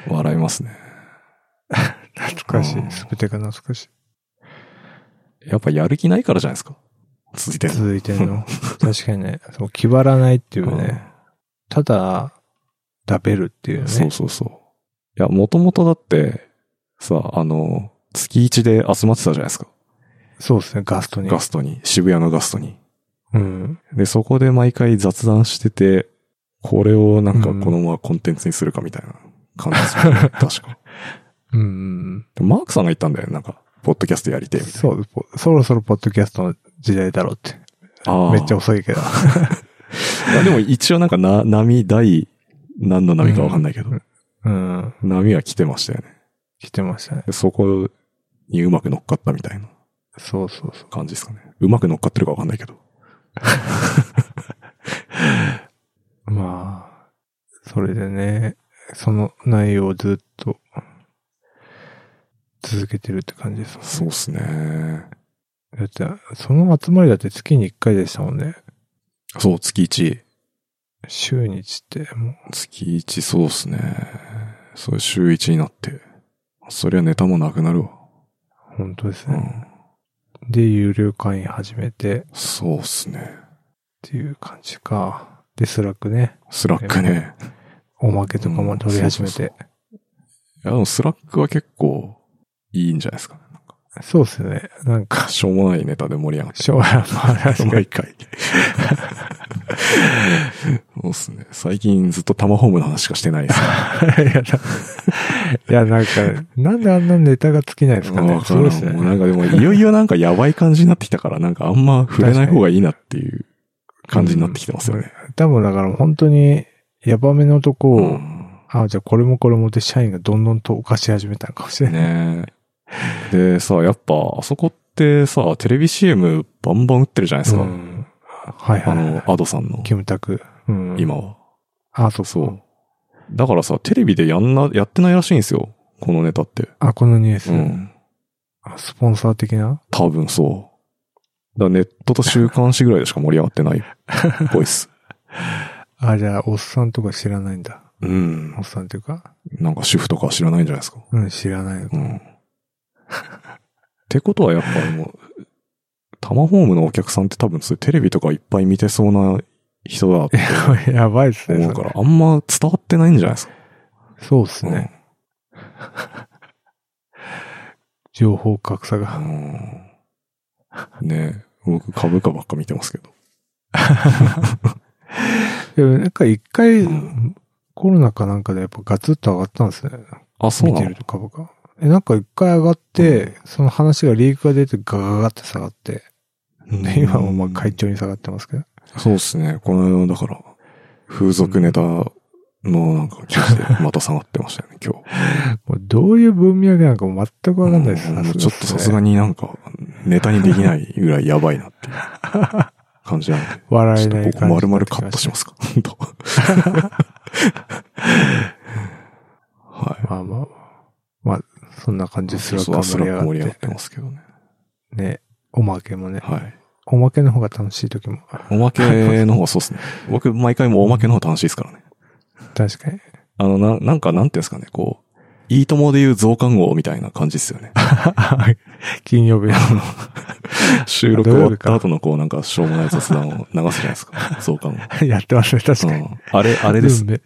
Speaker 2: 笑いますね。
Speaker 1: 懐かし
Speaker 2: うん
Speaker 1: い。すべてが懐か しい。
Speaker 2: やっぱやる気ないからじゃないですか。続いてるの。
Speaker 1: 続いてるの。確かにね、そう、気張らないっていうね。ただ、食べるっていう
Speaker 2: うん
Speaker 1: ね。
Speaker 2: そうそうそう。いや、もともとだって、さ、あの、月一で集まってたじゃないですか。
Speaker 1: そうですね、ガストに。
Speaker 2: ガストに、渋谷のガストに。
Speaker 1: うん。
Speaker 2: で、そこで毎回雑談してて、これをなんか
Speaker 1: うん
Speaker 2: このままコンテンツにするかみたいな感じですよね確 か。
Speaker 1: うんうん
Speaker 2: でマークさんが言ったんだよね、なんか、ポッドキャストやりて
Speaker 1: う
Speaker 2: え
Speaker 1: ん。
Speaker 2: みたい
Speaker 1: そう、ポそろそろポッドキャストの時代だろうって。
Speaker 2: な。あー
Speaker 1: めっちゃ遅いけど。
Speaker 2: いやでも一応なんかな、波、第、何の波かわかんないけど、
Speaker 1: うんうん。
Speaker 2: 波は来てましたよね。
Speaker 1: 来てましたね。
Speaker 2: でそこにうまく乗っかったみたいな
Speaker 1: そうそうそう。
Speaker 2: 感じですかね。うまく乗っかってるかわかんないけど。
Speaker 1: まあ、それでね、その内容をずっと続けてるって感じですもんね
Speaker 2: そうっすね。
Speaker 1: だって、その集まりだって月に1回でしたもんね。
Speaker 2: そう、月1。
Speaker 1: 週日って、もう、
Speaker 2: 月1、そうっすね。それ週1になって。そりゃネタもなくなるわ。
Speaker 1: 本当です
Speaker 2: う
Speaker 1: ね。
Speaker 2: ん。
Speaker 1: で、有料会員始めてっ
Speaker 2: そうっすね。
Speaker 1: ていう感じか。で、スラックね、
Speaker 2: スラックね。
Speaker 1: おまけとかも取り始め
Speaker 2: うん
Speaker 1: て。
Speaker 2: いや、でもスラックは結構いいんじゃないですかね。なんか
Speaker 1: そうっすよね。なんか、
Speaker 2: しょうもないネタで盛り上が って。
Speaker 1: 将来の話が
Speaker 2: 毎回。 そうっすね。最近ずっとタマホームの話しかしてない ですね。
Speaker 1: いやな、 いや、なんか、なんであんなネタが尽きないですか
Speaker 2: わ
Speaker 1: ね。す
Speaker 2: から
Speaker 1: ごい
Speaker 2: ん
Speaker 1: っすね
Speaker 2: もう。なんかでも、いよいよなんかやばい感じになってきたから、なんかあんま触れない方がいいなっていう感じになってきてますよね。
Speaker 1: 多分だから本当に、ヤバめのとこを、
Speaker 2: うん
Speaker 1: あ、じゃあこれもこれもで社員がどんどんと犯し始めたのかもしれない。
Speaker 2: ねえでさ、やっぱ、あそこってさ、テレビ CM バンバン打ってるじゃないですか。
Speaker 1: うんはい
Speaker 2: あ
Speaker 1: はい。
Speaker 2: の、アドさんの、
Speaker 1: キムタク。うん。。
Speaker 2: 今は。
Speaker 1: あ、そうそ
Speaker 2: そ
Speaker 1: う
Speaker 2: う。だからさ、テレビでやんな、やってないらしいんですよ。このネタって。
Speaker 1: あ、このニュース。
Speaker 2: うん。
Speaker 1: あスポンサー的な
Speaker 2: 多分そう。だからネットと週刊誌ぐらいでしか盛り上がってないっぽいっす。
Speaker 1: あ、じゃあ、おっさんとか知らないんだ。
Speaker 2: うん
Speaker 1: おっ。さんっていうか、
Speaker 2: なんか主婦とかは知らないんじゃないですか。
Speaker 1: うん、知らないの
Speaker 2: う。ん。ってことはやっぱりもう、タマホームのお客さんって多分そういうテレビとかいっぱい見てそうな人だって
Speaker 1: やばいっすね。
Speaker 2: 思うから、あんま伝わってないんじゃないですか。
Speaker 1: そうっすね。情報格差
Speaker 2: う
Speaker 1: が。
Speaker 2: ん。ね僕株価ばっか見てますけど。
Speaker 1: でもなんか一回、
Speaker 2: うん
Speaker 1: コロナかなんかでやっぱガツッと上がったんですね。
Speaker 2: あ、そ
Speaker 1: 見
Speaker 2: うな
Speaker 1: て
Speaker 2: の
Speaker 1: ると株価。え、なんか一回上がって、その話がリークが出てガガガって下がって、で、今もまあ会長に下がってますけど。
Speaker 2: そうですね。この間、だから、風俗ネタのなんか記事でまた下がってましたよね、今日。
Speaker 1: もうどういう文脈なんかもう全くわかんないです。
Speaker 2: うん
Speaker 1: さすが
Speaker 2: ちょっとさす
Speaker 1: に。
Speaker 2: がになんか、ネタにできないぐらいやばいなっていう。感じなので。
Speaker 1: 笑
Speaker 2: ち
Speaker 1: え
Speaker 2: ょっと
Speaker 1: ない
Speaker 2: 僕
Speaker 1: 感じ。。
Speaker 2: 丸々カットしますすか。本当はい。
Speaker 1: まあまあまあ。まあ、そんな感じです
Speaker 2: そうそうスラッ
Speaker 1: 盛
Speaker 2: ク盛
Speaker 1: り上
Speaker 2: り上
Speaker 1: が
Speaker 2: が
Speaker 1: っ
Speaker 2: ってて。ますけどね。
Speaker 1: ね。おまけもね。
Speaker 2: はい。
Speaker 1: おまけの方が楽しい時も。
Speaker 2: おまけの方がそうですね。 僕、毎回もおまけの方楽しいですからね。
Speaker 1: 確 かに。
Speaker 2: あの、な、なんか、なんていうんですかね、こう、いいともで言う増刊号みたいな感じですよ ね。
Speaker 1: 金曜日の。
Speaker 2: 収録終わった後のこう、なんか、しょうもない雑談を流すじゃないです か。増刊号。
Speaker 1: やってますね、確か
Speaker 2: う
Speaker 1: に。
Speaker 2: ん。あれ、あれです。
Speaker 1: でも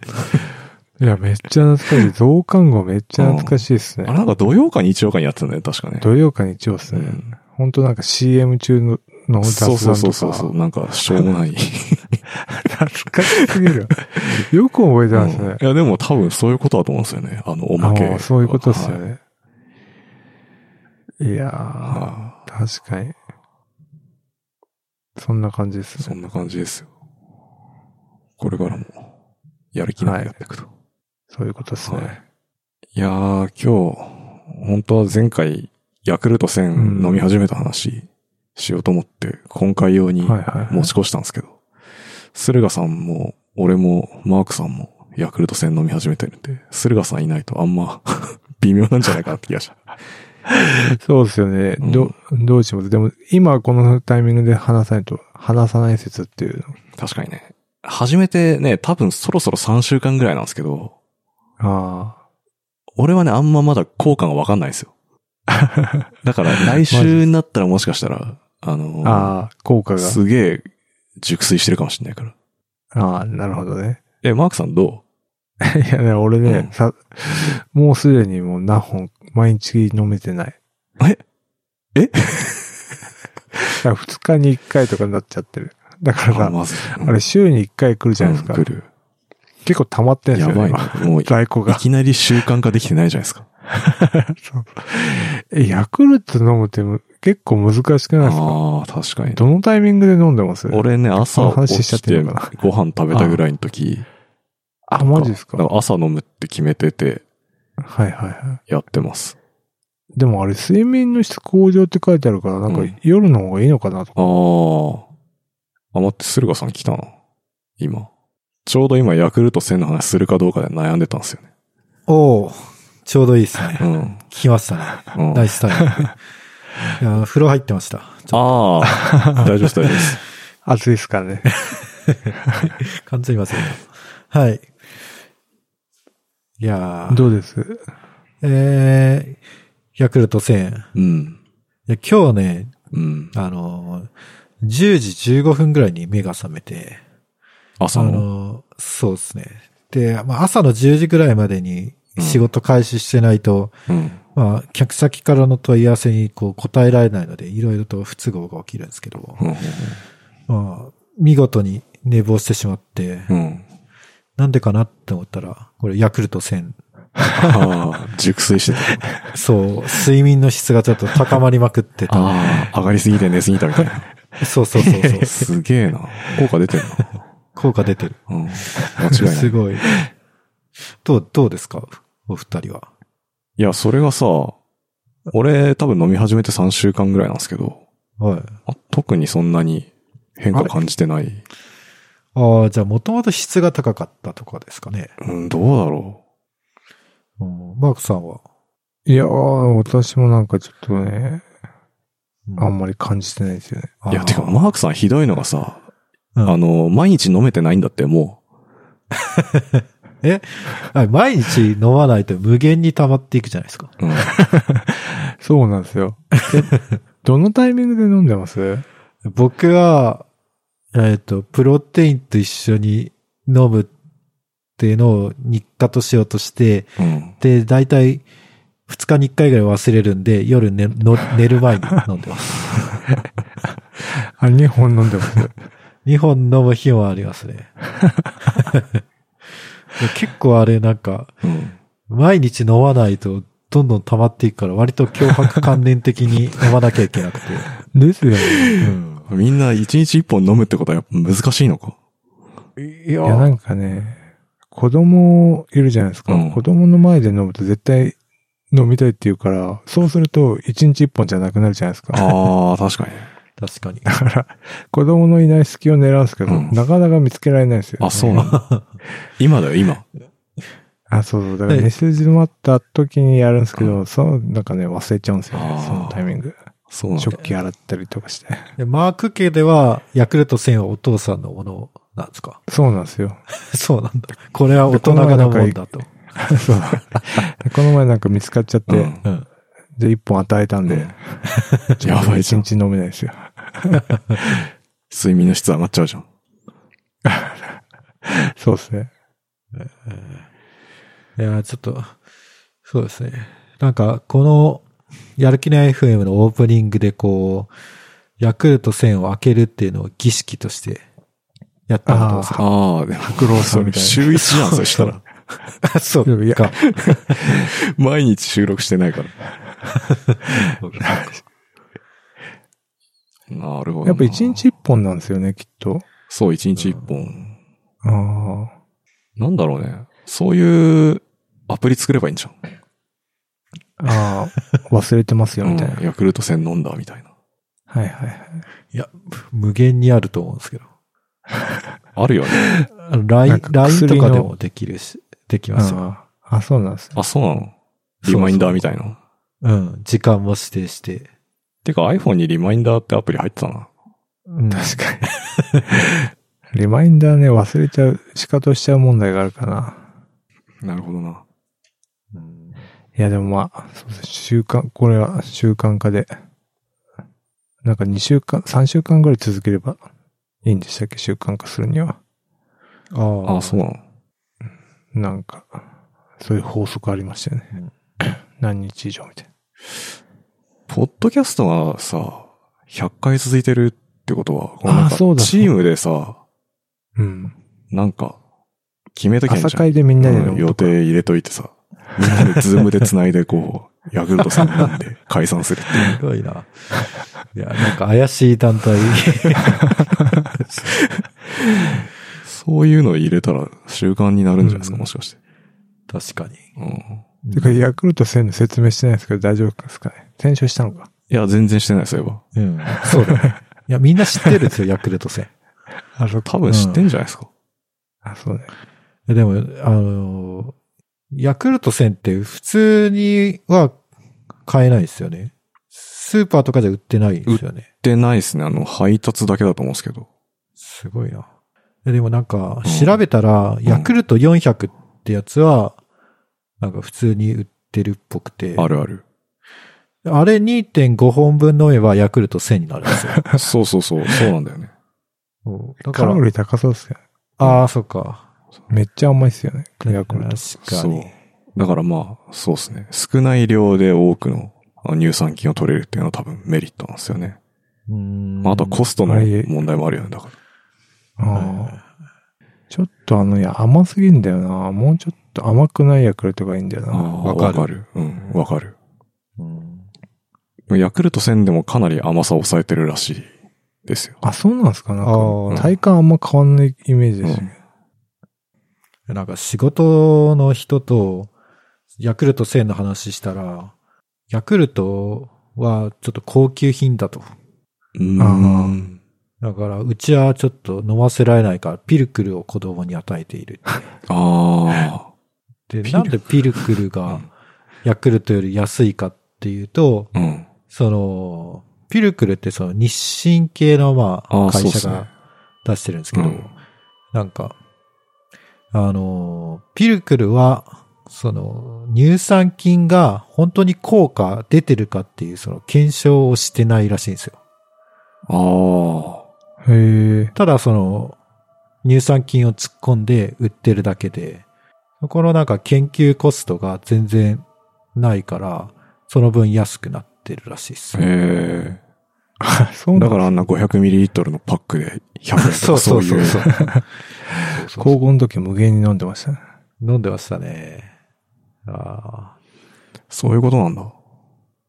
Speaker 1: めいや、めっちゃ懐かしい。増刊号めっちゃ懐かしいです
Speaker 2: あ
Speaker 1: ね
Speaker 2: れ。なんか土曜か日曜かにやってたんだよね、確かね。
Speaker 1: 土曜か日曜です
Speaker 2: う
Speaker 1: ね。
Speaker 2: ん
Speaker 1: ほんとなんか CM 中のの雑
Speaker 2: そ
Speaker 1: 談
Speaker 2: うそうそ
Speaker 1: と
Speaker 2: うそうそう。
Speaker 1: か。
Speaker 2: なんか、しょうもない。
Speaker 1: 懐かしすぎる。よく覚えてます
Speaker 2: うん
Speaker 1: ね
Speaker 2: い。や、でも多分そういうことだと思うんですよね。あの、お
Speaker 1: あ
Speaker 2: まけ
Speaker 1: あ
Speaker 2: は。
Speaker 1: そういうことですよ
Speaker 2: はい。
Speaker 1: ね。いやー、
Speaker 2: は
Speaker 1: 確かに。そんな感じで
Speaker 2: い
Speaker 1: す
Speaker 2: そ
Speaker 1: ね。
Speaker 2: んな感じですよ。これからも、やる気なくやっていくと。
Speaker 1: そういうことですね。
Speaker 2: はいいやー、今日、本当は前回、ヤクルト
Speaker 1: う
Speaker 2: 1000
Speaker 1: ん
Speaker 2: 飲み始めた話しようと思って、今回用に
Speaker 1: はいはいはい
Speaker 2: 持ち越したんですけど、駿河さんも、俺も、マークさんも、ヤクルト1000飲み始めてるんで、駿河さんいないとあんま、 微妙なんじゃないかなって気がした。
Speaker 1: そうですよね。ど、どうしますでも、今このタイミングで話さないと、話さない説っていうの。
Speaker 2: 確かにね。初めてね、多分そろそろ3週間ぐらいなんですけど、
Speaker 1: ああ。
Speaker 2: 俺はね、あんままだ効果がわかんないん ですよ。だから来週になったらもしかしたら、あの
Speaker 1: ああ、効果が。
Speaker 2: すげえ熟睡してるかもしれないから。
Speaker 1: ああ、なるほどね。
Speaker 2: え、マークさんど
Speaker 1: いやね、俺ね、
Speaker 2: うん
Speaker 1: さ、もうすでにもう何本、毎日飲めてない。
Speaker 2: ええ
Speaker 1: だから二日に一回とかになっちゃってる。だか
Speaker 2: う
Speaker 1: らさ、
Speaker 2: まず。
Speaker 1: あれ週に一回来るじゃないですか。
Speaker 2: うん来る。
Speaker 1: 結構溜まってんすよ、
Speaker 2: や
Speaker 1: ね。
Speaker 2: ばい
Speaker 1: 今
Speaker 2: ね。もうい、い
Speaker 1: 在庫が。
Speaker 2: きなり習慣化できてないじゃない ですか。
Speaker 1: そうえ、ヤクルト飲むってむ結構難しくないですか
Speaker 2: ああ、確かに。
Speaker 1: どのタイミングで飲んでます
Speaker 2: 俺ね、朝
Speaker 1: この
Speaker 2: 起
Speaker 1: 話しちゃっ
Speaker 2: き
Speaker 1: て
Speaker 2: て
Speaker 1: んのか
Speaker 2: ご飯食べたぐらいの時。
Speaker 1: あ、マジですか
Speaker 2: だから朝飲むって決めてて
Speaker 1: はいはいは
Speaker 2: やってます。
Speaker 1: い。でもあれ、睡眠の質向上って書いてあるから、なんか
Speaker 2: うん
Speaker 1: 夜の方がいいのかなとか。
Speaker 2: あー。あ、待って、駿河さん来たな。今。ちょうど今、ヤクルト1000の話するかどうかで悩んでたんで すよね。
Speaker 3: おおちょうどいいですね
Speaker 2: う。ん。
Speaker 3: 聞きましたね。
Speaker 2: うん、
Speaker 3: ナイスタイ ム。いや風呂入ってました。ちょ
Speaker 2: ああ、大丈夫です、大丈夫です。
Speaker 1: 暑いですからね。
Speaker 3: 完全に忘れた。はい。いや ー
Speaker 1: どうです
Speaker 3: えー、ヤクルト1000。い
Speaker 2: うん。
Speaker 3: や今日ね、
Speaker 2: うん。
Speaker 3: あのー、10時15分ぐらいに目が覚めて、
Speaker 2: 朝
Speaker 3: あ
Speaker 2: の。
Speaker 3: のー、そうですね。で、まあ、朝の10時ぐらいまでに
Speaker 2: うん
Speaker 3: 仕事開始してないと、
Speaker 2: うん。
Speaker 3: まあ、客先からの問い合わせにこう答えられないので、いろいろと不都合が起きるんですけど、
Speaker 2: うん
Speaker 3: まあ、見事に寝坊してしまって、
Speaker 2: うん。
Speaker 3: なんでかなって思ったら、これヤクルト1000。
Speaker 2: ああ、熟睡してた。
Speaker 3: そう、睡眠の質がちょっと高まりまくってた。
Speaker 2: ああ、上がりすぎて寝すぎたみたいな。
Speaker 3: そうそうそうそう。
Speaker 2: すげえな。効果出てるな。
Speaker 3: 効果出てる。
Speaker 2: うん。間違いない。
Speaker 3: す
Speaker 2: い
Speaker 3: ごい。どう、どうですかお二人は。
Speaker 2: や、それがさ、俺多分飲み始めて3週間ぐらいなんですけど、
Speaker 3: はい。
Speaker 2: あ特にそんなに変化感じてない。
Speaker 3: ああ、じゃあもともと質が高かったとかですかね。
Speaker 2: うん、どうだろ
Speaker 3: うん、マークさんは。
Speaker 1: いやー、私もなんかちょっとね、あん
Speaker 3: ま
Speaker 1: まり感じてないですよね。
Speaker 2: う。いや、てか、マークさんひどいのがさ、
Speaker 3: うん
Speaker 2: あの、毎日飲めてないんだって、も
Speaker 3: はい毎日飲まないと無限に溜まっていくじゃないですか。
Speaker 2: う。うん。
Speaker 1: そうなんですよ。えどのタイミングで飲んでます
Speaker 3: 僕は、えっ、と、プロテインと一緒に飲むっていうのを日課としようとして、
Speaker 2: うん。
Speaker 3: で、大体2日に1回ぐらい忘れるんで、夜寝の寝る前に飲んでます。
Speaker 1: あ、2本飲んでます。
Speaker 3: 2本飲む日もありますね。結構あれなんか、
Speaker 2: うん。
Speaker 3: 毎日飲まないとどんどん溜まっていくから、割と脅迫観念的に飲まなきゃいけなくて。
Speaker 1: ですよね。
Speaker 3: うん
Speaker 2: みんな一日一本飲むってことはやっぱ難しいのか。
Speaker 3: い
Speaker 1: いや、なんかね、子供いるじゃないですか。
Speaker 2: うん
Speaker 1: 子供の前で飲むと絶対飲みたいって言うから、そうすると1日1本じゃなくなるじゃないですか。
Speaker 2: ああ、確かに。
Speaker 3: 確かに。
Speaker 1: だから、子供のいない隙を狙うんですけど、
Speaker 2: うん
Speaker 1: なかなか見つけられないんですよ、ね。
Speaker 2: あ、そうなんだ。 今だよ、今。
Speaker 1: あ、そうそう。だから
Speaker 3: え
Speaker 1: 寝静まった時にやるんですけど、その、なんかね、忘れちゃうんですよ
Speaker 2: あ
Speaker 1: ね
Speaker 2: ー。
Speaker 1: そのタイミング。
Speaker 2: そうなんだ
Speaker 1: 食。器洗ったりとかして。
Speaker 3: でマーク家では、ヤクルト1000はお父さんのものなんですか
Speaker 1: そうなん ですよ。
Speaker 3: そうなんだ。これは大人がのもんだと。
Speaker 1: そう。 この前なんか見つかっちゃって、
Speaker 2: うん
Speaker 3: うん。
Speaker 1: で、一本与えたんで、
Speaker 2: やばい
Speaker 1: 一
Speaker 2: じゃん。
Speaker 1: 日飲めないですよ。
Speaker 2: 睡眠の質上がっちゃうじゃん。
Speaker 1: そうですね。
Speaker 3: いやー、ちょっと、そうですね。なんか、この、やる気ない FM のオープニングでこう、ヤクルト1000を開けるっていうのを儀式としてやったのどうですか
Speaker 2: ああ、でも、
Speaker 1: 白老さんみたいな。
Speaker 2: 週一じゃん、そしたら。
Speaker 3: そう
Speaker 1: いや
Speaker 3: か。
Speaker 2: 毎日収録してないから。なるほどな。
Speaker 1: やっぱ一日一本なんですよね、きっと。
Speaker 2: そう、一日一本。
Speaker 1: ああ。
Speaker 2: なんだろうね。そういうアプリ作ればいいんじゃん。
Speaker 1: ああ、忘れてますよ、みたいな。
Speaker 2: うんヤクルト1000飲んだ、みたいな。
Speaker 1: はいはいはい。
Speaker 3: いや、 無限にあると思うんですけど。
Speaker 2: あるよね。
Speaker 3: あの LINE
Speaker 1: なんか
Speaker 3: LINE と
Speaker 1: 薬の
Speaker 3: かでもできるし、できますよ。
Speaker 1: あああ、そうなんですね。
Speaker 2: あ、そうなのリマインダーみたいな。
Speaker 3: うん。時間も指定して。
Speaker 2: てか iPhone にリマインダーってアプリ入ってたな。
Speaker 3: うん
Speaker 1: 確かに。リマインダーね、忘れちゃう、仕方しちゃう問題があるかな。
Speaker 2: なるほどな。
Speaker 3: うん
Speaker 1: いや、でもまあ、そうです習慣、これは習慣化で、なんか2週間、3週間ぐらい続ければいいんでしたっけ習慣化するには。
Speaker 3: あ
Speaker 2: あ、
Speaker 3: あ、
Speaker 2: そうなの
Speaker 1: なんか、そういう法則ありましたよね。 何日以上みたいな。
Speaker 2: ポッドキャストがさ、100回続いてるってことは、このなんか
Speaker 1: あそうだ
Speaker 2: チームでさ、
Speaker 1: うん。
Speaker 2: なんか、決めときゃいいん
Speaker 1: 朝
Speaker 2: じゃん
Speaker 1: 会でみんなで飲
Speaker 2: うん
Speaker 1: む
Speaker 2: 予
Speaker 1: とか、
Speaker 2: 定入れといてさ、みんなでズームで繋いでこう、ヤクルトさん 飲んで解散するっていう。
Speaker 3: すごいな。いや、なんか怪しい団体。
Speaker 2: そういうの入れたら習慣になるんじゃないですか、
Speaker 1: うん
Speaker 2: もしかして。
Speaker 3: 確かに。
Speaker 2: うん。い
Speaker 1: てか、ヤクルト1000の説明してないですけど大丈夫ですかね転職したのか。
Speaker 2: や、全然してない、そういえば。
Speaker 3: うん。そうだね。いや、みんな知ってるんですよ、ヤクルト戦。
Speaker 1: あ、そう
Speaker 2: 多分知ってんじゃないですか。
Speaker 1: あ、そうね。
Speaker 3: いや でも、あのー、ヤクルト戦って普通には買えないですよね。スーパーとかじゃ売ってないですよね
Speaker 2: 売っ。てないですね。あの、配達だけだと思うんですけど。
Speaker 3: すごいな。ででもなんか
Speaker 2: うん、
Speaker 3: 調べたら、ヤクルト400ってやつは、なんか普通に売ってるっぽくて、
Speaker 2: ある ある。
Speaker 3: あれ2.5本分飲めばヤクルト1000になるん ですよ。
Speaker 2: そうそうそう、そうなんだよね。
Speaker 3: だか
Speaker 1: カ
Speaker 3: ら
Speaker 1: ロ、リー高そうですよね。
Speaker 3: ああ、そっか。
Speaker 1: めっちゃ甘いっすよね。ヤクルト。
Speaker 3: 確か
Speaker 2: そう
Speaker 3: に。。
Speaker 2: だからまあ、そうですね。少ない量で多くのあの乳酸菌を取れるっていうのは多分メリットなんですよね。
Speaker 3: うーん
Speaker 2: まあ、あとはコストの問題もあるよね、だから。
Speaker 1: ああ。ちょっとあの、いや、甘すぎんだよな。もうちょっと甘くないヤクルトがいいんだよ
Speaker 2: あ
Speaker 1: な。
Speaker 2: ー
Speaker 3: わかる
Speaker 2: わかる。うん、わかる。
Speaker 3: うん
Speaker 2: ヤクルト1000でもかなり甘さを抑えてるらしいですよ。
Speaker 1: あ、そうなんですかなん
Speaker 3: あ
Speaker 1: か
Speaker 3: ー、
Speaker 1: 体感あんま変わんないイメージ
Speaker 2: う
Speaker 1: で
Speaker 2: ん
Speaker 1: すね。
Speaker 3: なんか仕事の人と、ヤクルト1000の話したら、ヤクルトはちょっと高級品だと。
Speaker 2: うん。
Speaker 1: あ
Speaker 3: だから、うちはちょっと飲ませられないから、ピルクルを子供に与えている。
Speaker 2: あ
Speaker 3: で、
Speaker 1: ピルクル
Speaker 3: なんでピルクルがヤクルトより安いかっていうと、
Speaker 2: ー。うん。
Speaker 3: その、ピルクルってその日清系のま
Speaker 2: あ
Speaker 3: あ
Speaker 2: ー
Speaker 3: 会社
Speaker 2: そうっすね
Speaker 3: が出してるんですけど、
Speaker 2: うん
Speaker 3: なんか、あのー、ピルクルは、その、乳酸菌が本当に効果出てるかっていうその検証をしてないらしいんですよ。
Speaker 2: ああ。
Speaker 1: へえ。
Speaker 3: ただその、乳酸菌を突っ込んで売ってるだけで、そこのなんか研究コストが全然ないから、その分安くなってるらしいです。
Speaker 2: ええ。
Speaker 1: あそうな
Speaker 2: だ
Speaker 1: んだ
Speaker 2: か。らあんな 500ml のパックで100円とか
Speaker 3: そうそうそうそう。
Speaker 1: 高校の時無限に飲んでましたね。
Speaker 3: 飲んでましたね。ああ、
Speaker 2: そういうことなんだ。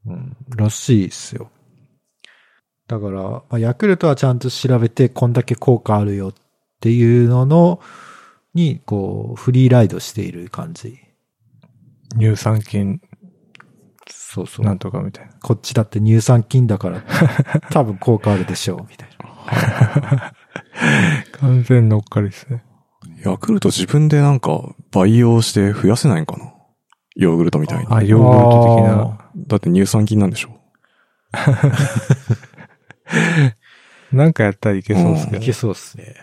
Speaker 3: うん、らしいっすよ。だから、まあ、ヤクルトはちゃんと調べて、こんだけ効果あるよっていうのの、に、こう、フリーライドしている感じ。
Speaker 1: 乳酸菌
Speaker 3: そうそ
Speaker 1: なん
Speaker 3: う。
Speaker 1: とかみたいな。
Speaker 3: こっちだって乳酸菌だから、多分効果あるでしょう、みたいな。
Speaker 1: 完全乗っかりですね。
Speaker 2: ヤクルト自分でなんか培養して増やせないんかなヨーグルトみたいに。
Speaker 1: あ、ヨーグルト的な。
Speaker 2: だって乳酸菌なんで しょ
Speaker 1: なんかやったらいけそうですけ
Speaker 3: い
Speaker 1: ど
Speaker 3: け。そうですね。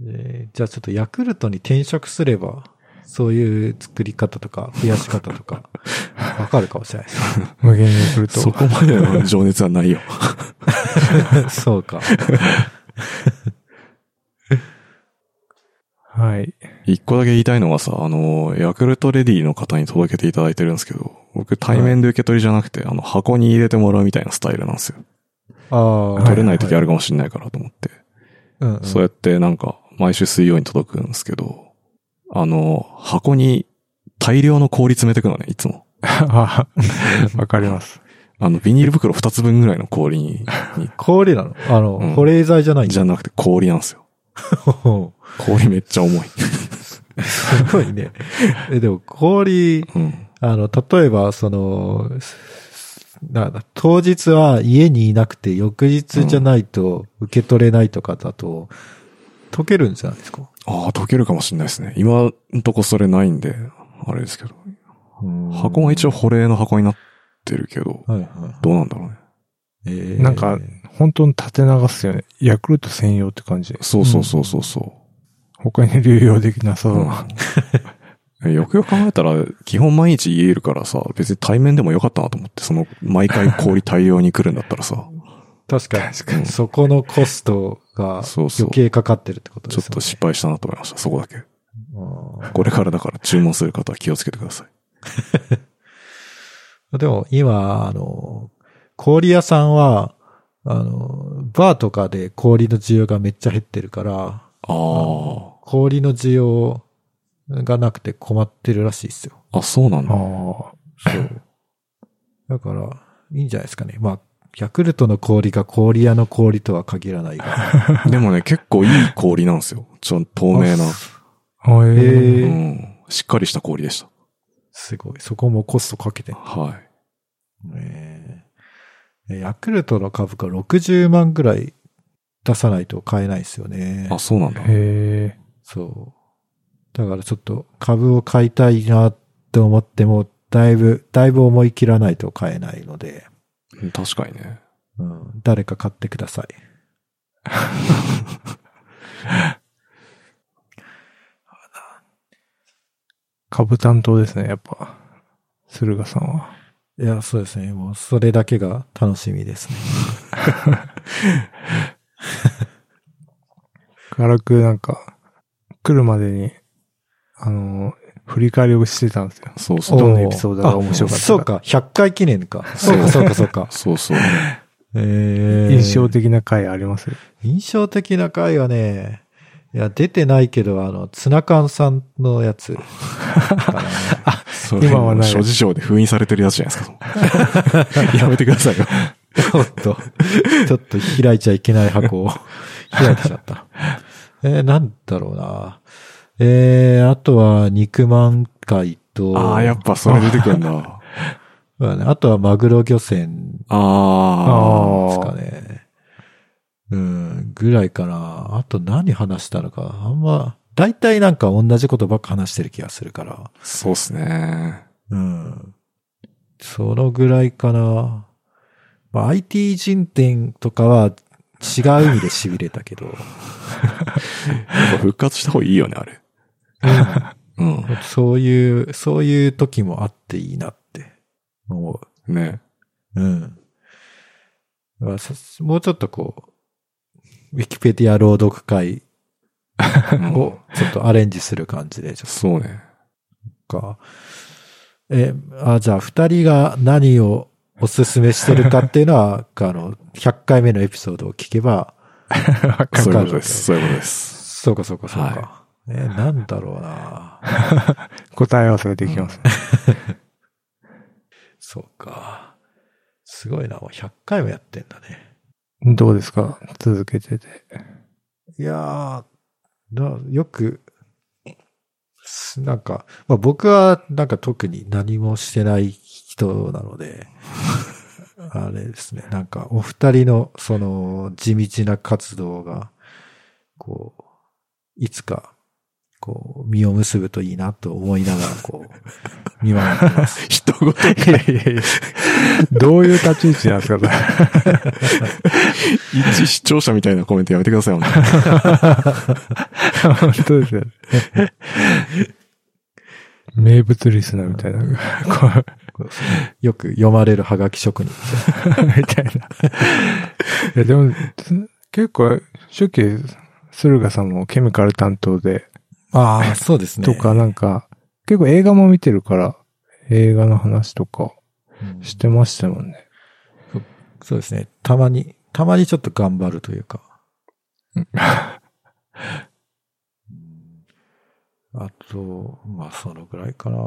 Speaker 3: でじゃあちょっとヤクルトに転職すれば、そういう作り方とか、増やし方 とか、わかるかもしれないです
Speaker 1: 無限にすると。
Speaker 2: そこまでの情熱はないよ。
Speaker 3: ね。 そうか。
Speaker 1: はい。
Speaker 2: 一個だけ言いたいのはさ、あの、ヤクルトレディの方に届けていただいてるんですけど、僕対面で受け取りじゃなくて、あの、箱に入れてもらうみたいなスタイルなんですよ。
Speaker 3: ああ。
Speaker 2: 取れない時あるかもしれないからと思って。
Speaker 3: うん、うん。
Speaker 2: そうやってなんか、毎週水曜に届くんですけど、あの、箱に大量の氷詰めてくのね、いつも。
Speaker 1: あわかります。
Speaker 2: あの、ビニール袋2つ分ぐらいの氷 に、に
Speaker 3: 氷なのあの、
Speaker 2: うん
Speaker 3: 保冷剤じゃないん
Speaker 2: じ
Speaker 3: だ。
Speaker 2: ゃなくて氷なんですよ。
Speaker 3: ほう
Speaker 2: 氷めっちゃ重い。
Speaker 3: すごいね。え、でも氷、
Speaker 2: うん。
Speaker 3: あの、例えば、その、なんだ、当日は家にいなくて、翌日じゃないと受け取れないとかだと、溶けるんじゃないですか。
Speaker 2: ああ、溶けるかもしれないですね。今んとこそれないんで、あれですけど。箱は一応保冷の箱になってるけど、
Speaker 3: はいは
Speaker 2: どうなんだろうね。
Speaker 3: い。え
Speaker 1: なんか、本当に縦流すよね。ヤクルト専用って感じ。
Speaker 2: そうそうそうそうそ
Speaker 1: 他に流用できなさ
Speaker 2: う。
Speaker 1: そううんな。
Speaker 2: よくよく考えたら、基本毎日家いるからさ、別に対面でもよかったなと思って、その、毎回氷大量に来るんだったら さ、
Speaker 3: 確かに。
Speaker 1: 確
Speaker 2: かに
Speaker 3: そこのコストが
Speaker 2: そうそう
Speaker 3: 余計かかってるってこと
Speaker 2: ちょ
Speaker 3: で
Speaker 2: っ
Speaker 3: す
Speaker 2: と
Speaker 3: よね。
Speaker 2: 失敗したなと思いました、そこだけ。
Speaker 3: うん
Speaker 2: これからだから注文する方は気をつけてください。
Speaker 3: でも今、あの、氷屋さんは、あの、バーとかで氷の需要がめっちゃ減ってるから、
Speaker 2: あ
Speaker 3: 氷の需要がなくて困ってるらしいですよ。
Speaker 2: あ、あ、そうなん
Speaker 1: ああ。
Speaker 2: だ。
Speaker 3: そう。だから、いいんじゃないですかね。まあ、ヤクルトの氷が氷屋の氷とは限らないが。
Speaker 2: でもね、結構いい氷なんですよ。ちょっと透明な。
Speaker 1: あえ
Speaker 3: え
Speaker 1: え
Speaker 3: ー
Speaker 2: うん。しっかりした氷でした。
Speaker 3: すごい。そこもコストかけてんだ
Speaker 2: は
Speaker 3: ええヤクルトの株価60万ぐらい出さないと買えないですよね
Speaker 2: い。。あ、そうなんだ。
Speaker 1: へえ。
Speaker 3: そう。だからちょっと株を買いたいなって思っても、だいぶ、だいぶ思い切らないと買えないので、
Speaker 2: うん確かにね。
Speaker 3: うん、誰か買ってください。
Speaker 1: 株担当ですね、やっぱ。駿河さんは。
Speaker 3: いや、そうですね。もうそれだけが楽しみですね。
Speaker 1: 軽くなんか、来るまでに、あの、振り返りをしてたんですよ。
Speaker 2: そうそ
Speaker 3: お
Speaker 2: う。
Speaker 1: どんなエピソードが面白かったか
Speaker 3: そうか、100回記念か。そうか、そうか、そうか。
Speaker 2: そう そう。
Speaker 3: えー
Speaker 1: 印象的な回あります
Speaker 3: 印象的な回はね、いや、出てないけど、あの、ツナ缶さんの やつ。
Speaker 2: それ
Speaker 1: 今はない
Speaker 2: 諸事情で封印されてるやつじゃない ですか。やめてくださいよ。
Speaker 3: ちょっと、ちょっと開いちゃいけな い箱を開いてちゃった。えーなんだろうな。えーあとは肉まん会と、
Speaker 2: あ あ、やっぱそれ出てくるんだ。
Speaker 3: そうだねあとはマグロ漁船
Speaker 2: ああ。
Speaker 3: ですかね。うん、ぐらいかな。あと何話したのか。あんま、大体なんか同じことばっか話してる気がするから。
Speaker 2: そうっすね。
Speaker 3: うん。そのぐらいかな。まあ、IT 人点とかは違う意味で痺れたけど、
Speaker 2: やっぱ復活した方がいいよね、あれ。うん。
Speaker 3: そういう、そういう時もあっていいなって思
Speaker 2: ね。
Speaker 3: う。うん。まあ、さもうちょっとこう、ウィキペディア朗読会
Speaker 2: うん
Speaker 3: をちょっとアレンジする感じで、ちょっと
Speaker 2: そうね。
Speaker 3: か。え、あ、じゃあ、二人が何をおすすめしてるかっていうのは、あの、100回目のエピソードを聞けば、
Speaker 1: か
Speaker 2: そういうことです。そういうことです。
Speaker 3: そうかそうかそうか。
Speaker 2: は
Speaker 3: え、なんだろうな
Speaker 1: 答え合わせができますね。
Speaker 3: そうか。すごいな、もう100回もやってんだね。
Speaker 1: どうですか続けてて。
Speaker 3: いやーなよく、すなんか、まあ僕はなんか特に何もしてない人なの で、あれですね、なんかお二人のその地道な活動が、こう、いつか、こう、実を結ぶといいなと思いながら、こう、見守ってます。
Speaker 2: 人ごと
Speaker 1: いやいやいや。どういう立ち位置なんですか、 それ
Speaker 2: 一視聴者みたいなコメントやめてください、本当に
Speaker 1: 本当ですよね。 名物リスナーみたいな、こ
Speaker 3: こうよく読まれるハガキ職人。
Speaker 1: う、 みたいな。いや、でも、つ結構、初期、駿河さんもケミカル担当で、
Speaker 3: あ あ、そうですね。
Speaker 1: とかなんか、結構映画も見てるから、映画の話とか
Speaker 3: うん
Speaker 1: してましたもんね。
Speaker 3: そうですね。たまに、たまにちょっと頑張るというか。 あと、まあ、そのぐらいかな。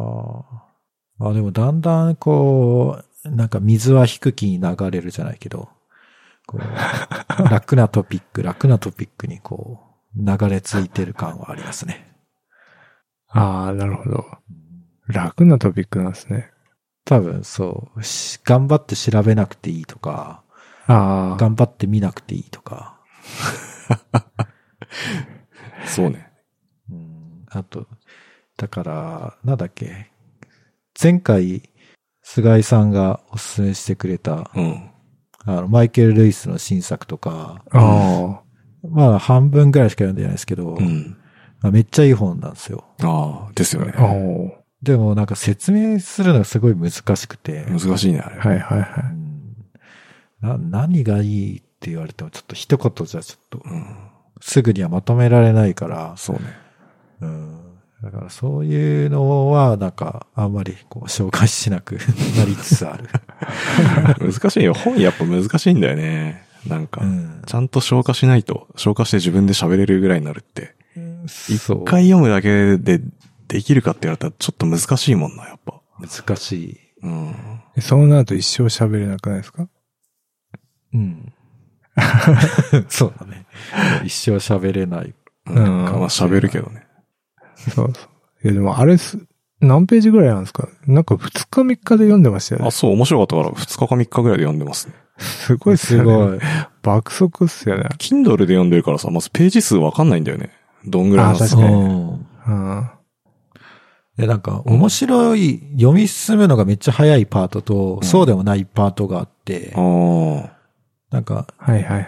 Speaker 3: まあ、でもだんだん、こう、なんか水は低きに流れるじゃないけど、 こう楽なトピック、楽なトピックにこう、流れ着いてる感はありますね。
Speaker 1: ああ、なるほど。楽なトピックなんですね。
Speaker 3: 多分、そう、し頑張って調べなくていいとか、
Speaker 1: ああ、
Speaker 3: 頑張って見なくていいとか、
Speaker 2: そうね。
Speaker 3: うんあと、だから、なんだっけ。前回、菅井さんがおすすめしてくれた、
Speaker 2: うん。
Speaker 3: あの、マイケル・ルイスの新作とか、
Speaker 1: あ
Speaker 3: まあ、半分ぐらいしか読んでないですけど、
Speaker 2: うん。
Speaker 3: まあ、めっちゃいい本なんですよ。
Speaker 2: ああ、ですよね
Speaker 1: あ、。おー
Speaker 3: でも、なんか説明するのがすごい難しくて、
Speaker 2: 難しいね、あれ。
Speaker 1: はいはいは
Speaker 3: うんな何がいいって言われても、ちょっと一言じゃちょっと、
Speaker 2: うん。
Speaker 3: すぐにはまとめられないから、
Speaker 2: そうね。
Speaker 3: うんだからそういうのは、なんか、あんまりこう紹介しなく なりつつある。
Speaker 2: 難しいよ。本やっぱ難しいんだよね。なんか
Speaker 3: う、ん
Speaker 2: ちゃんと消化しないと、消化して自分で喋れるぐらいになるって。
Speaker 3: そう
Speaker 2: 一回読むだけでできるかって言われたらちょっと難しいもんな、やっぱ。
Speaker 3: 難しい。
Speaker 2: うん。
Speaker 1: い。そうなると一生喋れなくないです か
Speaker 3: うん。 そうだね。一生喋れない。
Speaker 2: うん。
Speaker 1: うん
Speaker 2: まあ喋るけどね。
Speaker 1: そうそう。いや、でもあれす、何ページぐらいなんですかなんか2日3日で読んでましたよ
Speaker 2: あ、
Speaker 1: ね。
Speaker 2: そう、面白かったから2日か3日ぐらいで読んでますね。
Speaker 1: すごいっす
Speaker 3: す
Speaker 1: よね。
Speaker 3: ごい。
Speaker 1: 爆速っすよね。
Speaker 2: Kindle で読んでるからさ、まずページ数わかんないんだよね。どんぐらいの
Speaker 1: あ確
Speaker 2: さ
Speaker 1: かに
Speaker 3: うん
Speaker 1: うん。
Speaker 3: で、なんか、面白い、読み進むのがめっちゃ早いパートと、
Speaker 2: ん
Speaker 3: そうでもないパートがあって
Speaker 2: あ、ー
Speaker 3: なんか、
Speaker 1: はいはいはい。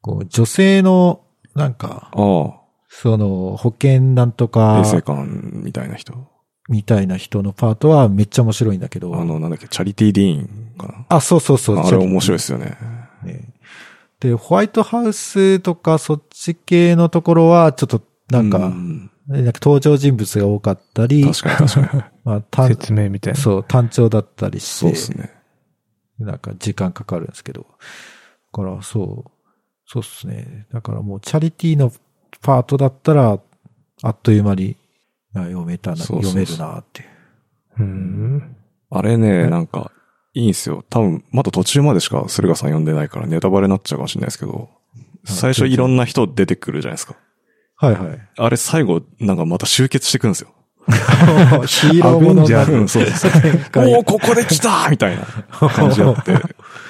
Speaker 3: こう、女性の、なんか、
Speaker 2: あ
Speaker 3: その、保険なんと
Speaker 2: あ。
Speaker 3: か
Speaker 2: 衛、生官みたいな人。
Speaker 3: みたいな人のパートはめっちゃ面白いんだけど、
Speaker 2: あの、なんだっけ、チャリティーディーンかな。
Speaker 3: あ、そうそうそう。
Speaker 2: あれ面白い
Speaker 3: い
Speaker 2: ですよね。
Speaker 3: ね。で、ホワイトハウスとかそっち系のところは、ちょっとなんか、
Speaker 2: う
Speaker 3: なんか登場人物が多かったり、
Speaker 2: 確かに確かに。
Speaker 3: まあ、単
Speaker 1: 説明みたいな。
Speaker 3: そう、単調だったりして、
Speaker 2: そうですね。
Speaker 3: なんか時間かかるんですけど。だから、そう、そうっすね。だからもうチャリティーのパートだったら、あっという間にあ読めたな、
Speaker 2: そうそうそう
Speaker 3: 読めるなっていう。
Speaker 1: うん。
Speaker 2: あれね、なんか、いいんすよ。多分、まだ途中までしか駿河さん読んでないからネタバレになっちゃうかもしれないですけど、最初いろんな人出てくるじゃないですか。
Speaker 3: はいはい。
Speaker 2: あれ最後、なんかまた集結してくんです よ。
Speaker 3: ヒーローもの
Speaker 1: アベンジャー
Speaker 3: な
Speaker 1: ズ
Speaker 2: うん、そうです。 おお、ここで来たみたいな感じあって、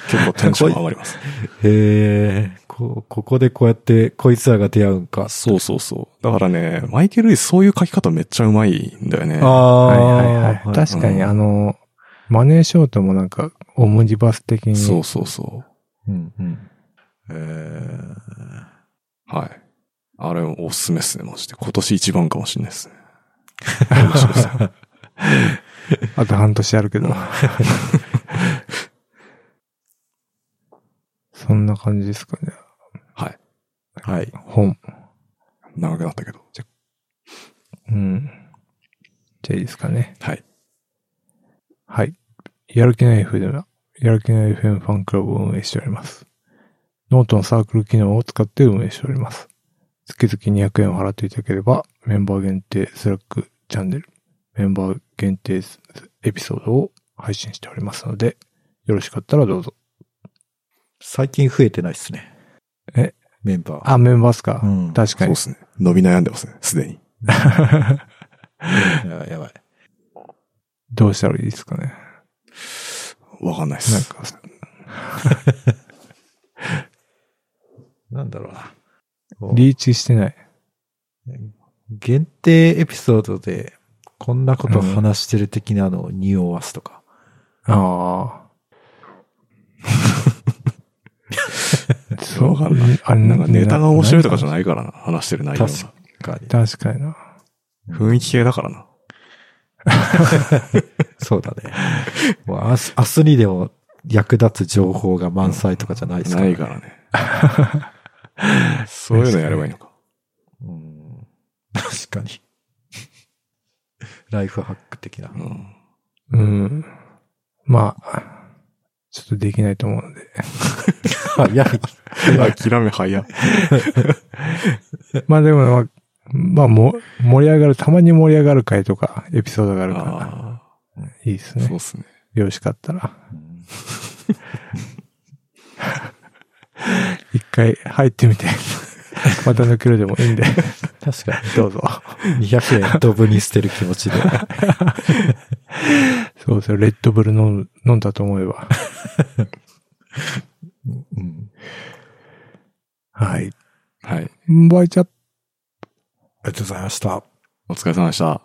Speaker 2: 結構テンション上が ります。
Speaker 3: へえ、こ、ここでこうやって、こいつらが出会うんか。
Speaker 2: そうそうそう。だからね、マイケル・ルイスそういう書き方めっちゃうまいんだよね。
Speaker 3: ああ、
Speaker 1: はいはいはい。確かに
Speaker 2: うん
Speaker 1: あの、マネーショートもなんか、オムニバス的に。
Speaker 2: そうそうそ
Speaker 3: うんうん。
Speaker 2: う。えー、はい。あれおすすめっすね、マジで。今年一番かもしれないですね。面白いっすね
Speaker 1: あと半年あるけど。そんな感じですかね。
Speaker 2: はい。
Speaker 3: はい。
Speaker 1: 本。
Speaker 2: 長くなったけど。じゃ
Speaker 1: うん。じゃあいいですかね。
Speaker 2: はい。
Speaker 1: はい。やる気ない FM では、やる気ない FM ファンクラブを運営しております。ノートのサークル機能を使って運営しております。月々200円を払っていただければ、メンバー限定スラックチャンネル、メンバー限定エピソードを配信しておりますので、よろしかったらどうぞ。
Speaker 3: 最近増えてないっすね。
Speaker 1: え
Speaker 3: メンバー。
Speaker 1: あ、メンバーっすか、
Speaker 3: うん
Speaker 1: 確
Speaker 2: そ
Speaker 1: か
Speaker 2: う
Speaker 1: に
Speaker 2: で。すね。伸び悩んでますね、すでに。
Speaker 3: やばい、やばい。
Speaker 1: どうしたらいいですかね。
Speaker 2: わかんないっ
Speaker 1: なん
Speaker 2: す。
Speaker 1: か、
Speaker 3: なんだろうな。こう
Speaker 1: リーチしてない。
Speaker 3: 限定エピソードで、こんなこと話してる的なのを匂わすとか。
Speaker 1: ああ。 そ
Speaker 2: わかんない。
Speaker 1: あれ
Speaker 2: なんかネタが面白いとかじゃ
Speaker 1: ない
Speaker 2: ないからな、話してる内容が。
Speaker 3: 確かに。
Speaker 1: 確かにな。
Speaker 2: 雰囲気系だからな。
Speaker 3: そうだね。もう明日、明日にでも役立つ情報が満載とかじゃないですか
Speaker 2: な
Speaker 3: ら、
Speaker 2: いからね。 そういうのやればいいのか。
Speaker 3: うん。確かに。ライフハック的な
Speaker 2: う。ん。
Speaker 1: うん。まあ、ちょっとできないと思うので。
Speaker 3: あ、いや、
Speaker 2: 諦め早い。
Speaker 1: まあでも、まあ、まあも、盛り上がる、たまに盛り上がる回とか、エピソードがあるから、
Speaker 2: あ
Speaker 1: いいです
Speaker 2: あ、そう
Speaker 1: ね。
Speaker 2: っすね。
Speaker 1: よろしかったら。一回入って みて、また抜けるでもいいんで、
Speaker 3: 確か
Speaker 1: どうぞ。
Speaker 3: に。200円ドブに捨てる気持ちで。
Speaker 1: そうですよ。レッドブル飲ん飲んだと思え ば。
Speaker 3: うん。
Speaker 1: はい。
Speaker 2: はい。
Speaker 1: バイチャップ
Speaker 3: ありがとうございました。
Speaker 2: お疲れ様でした。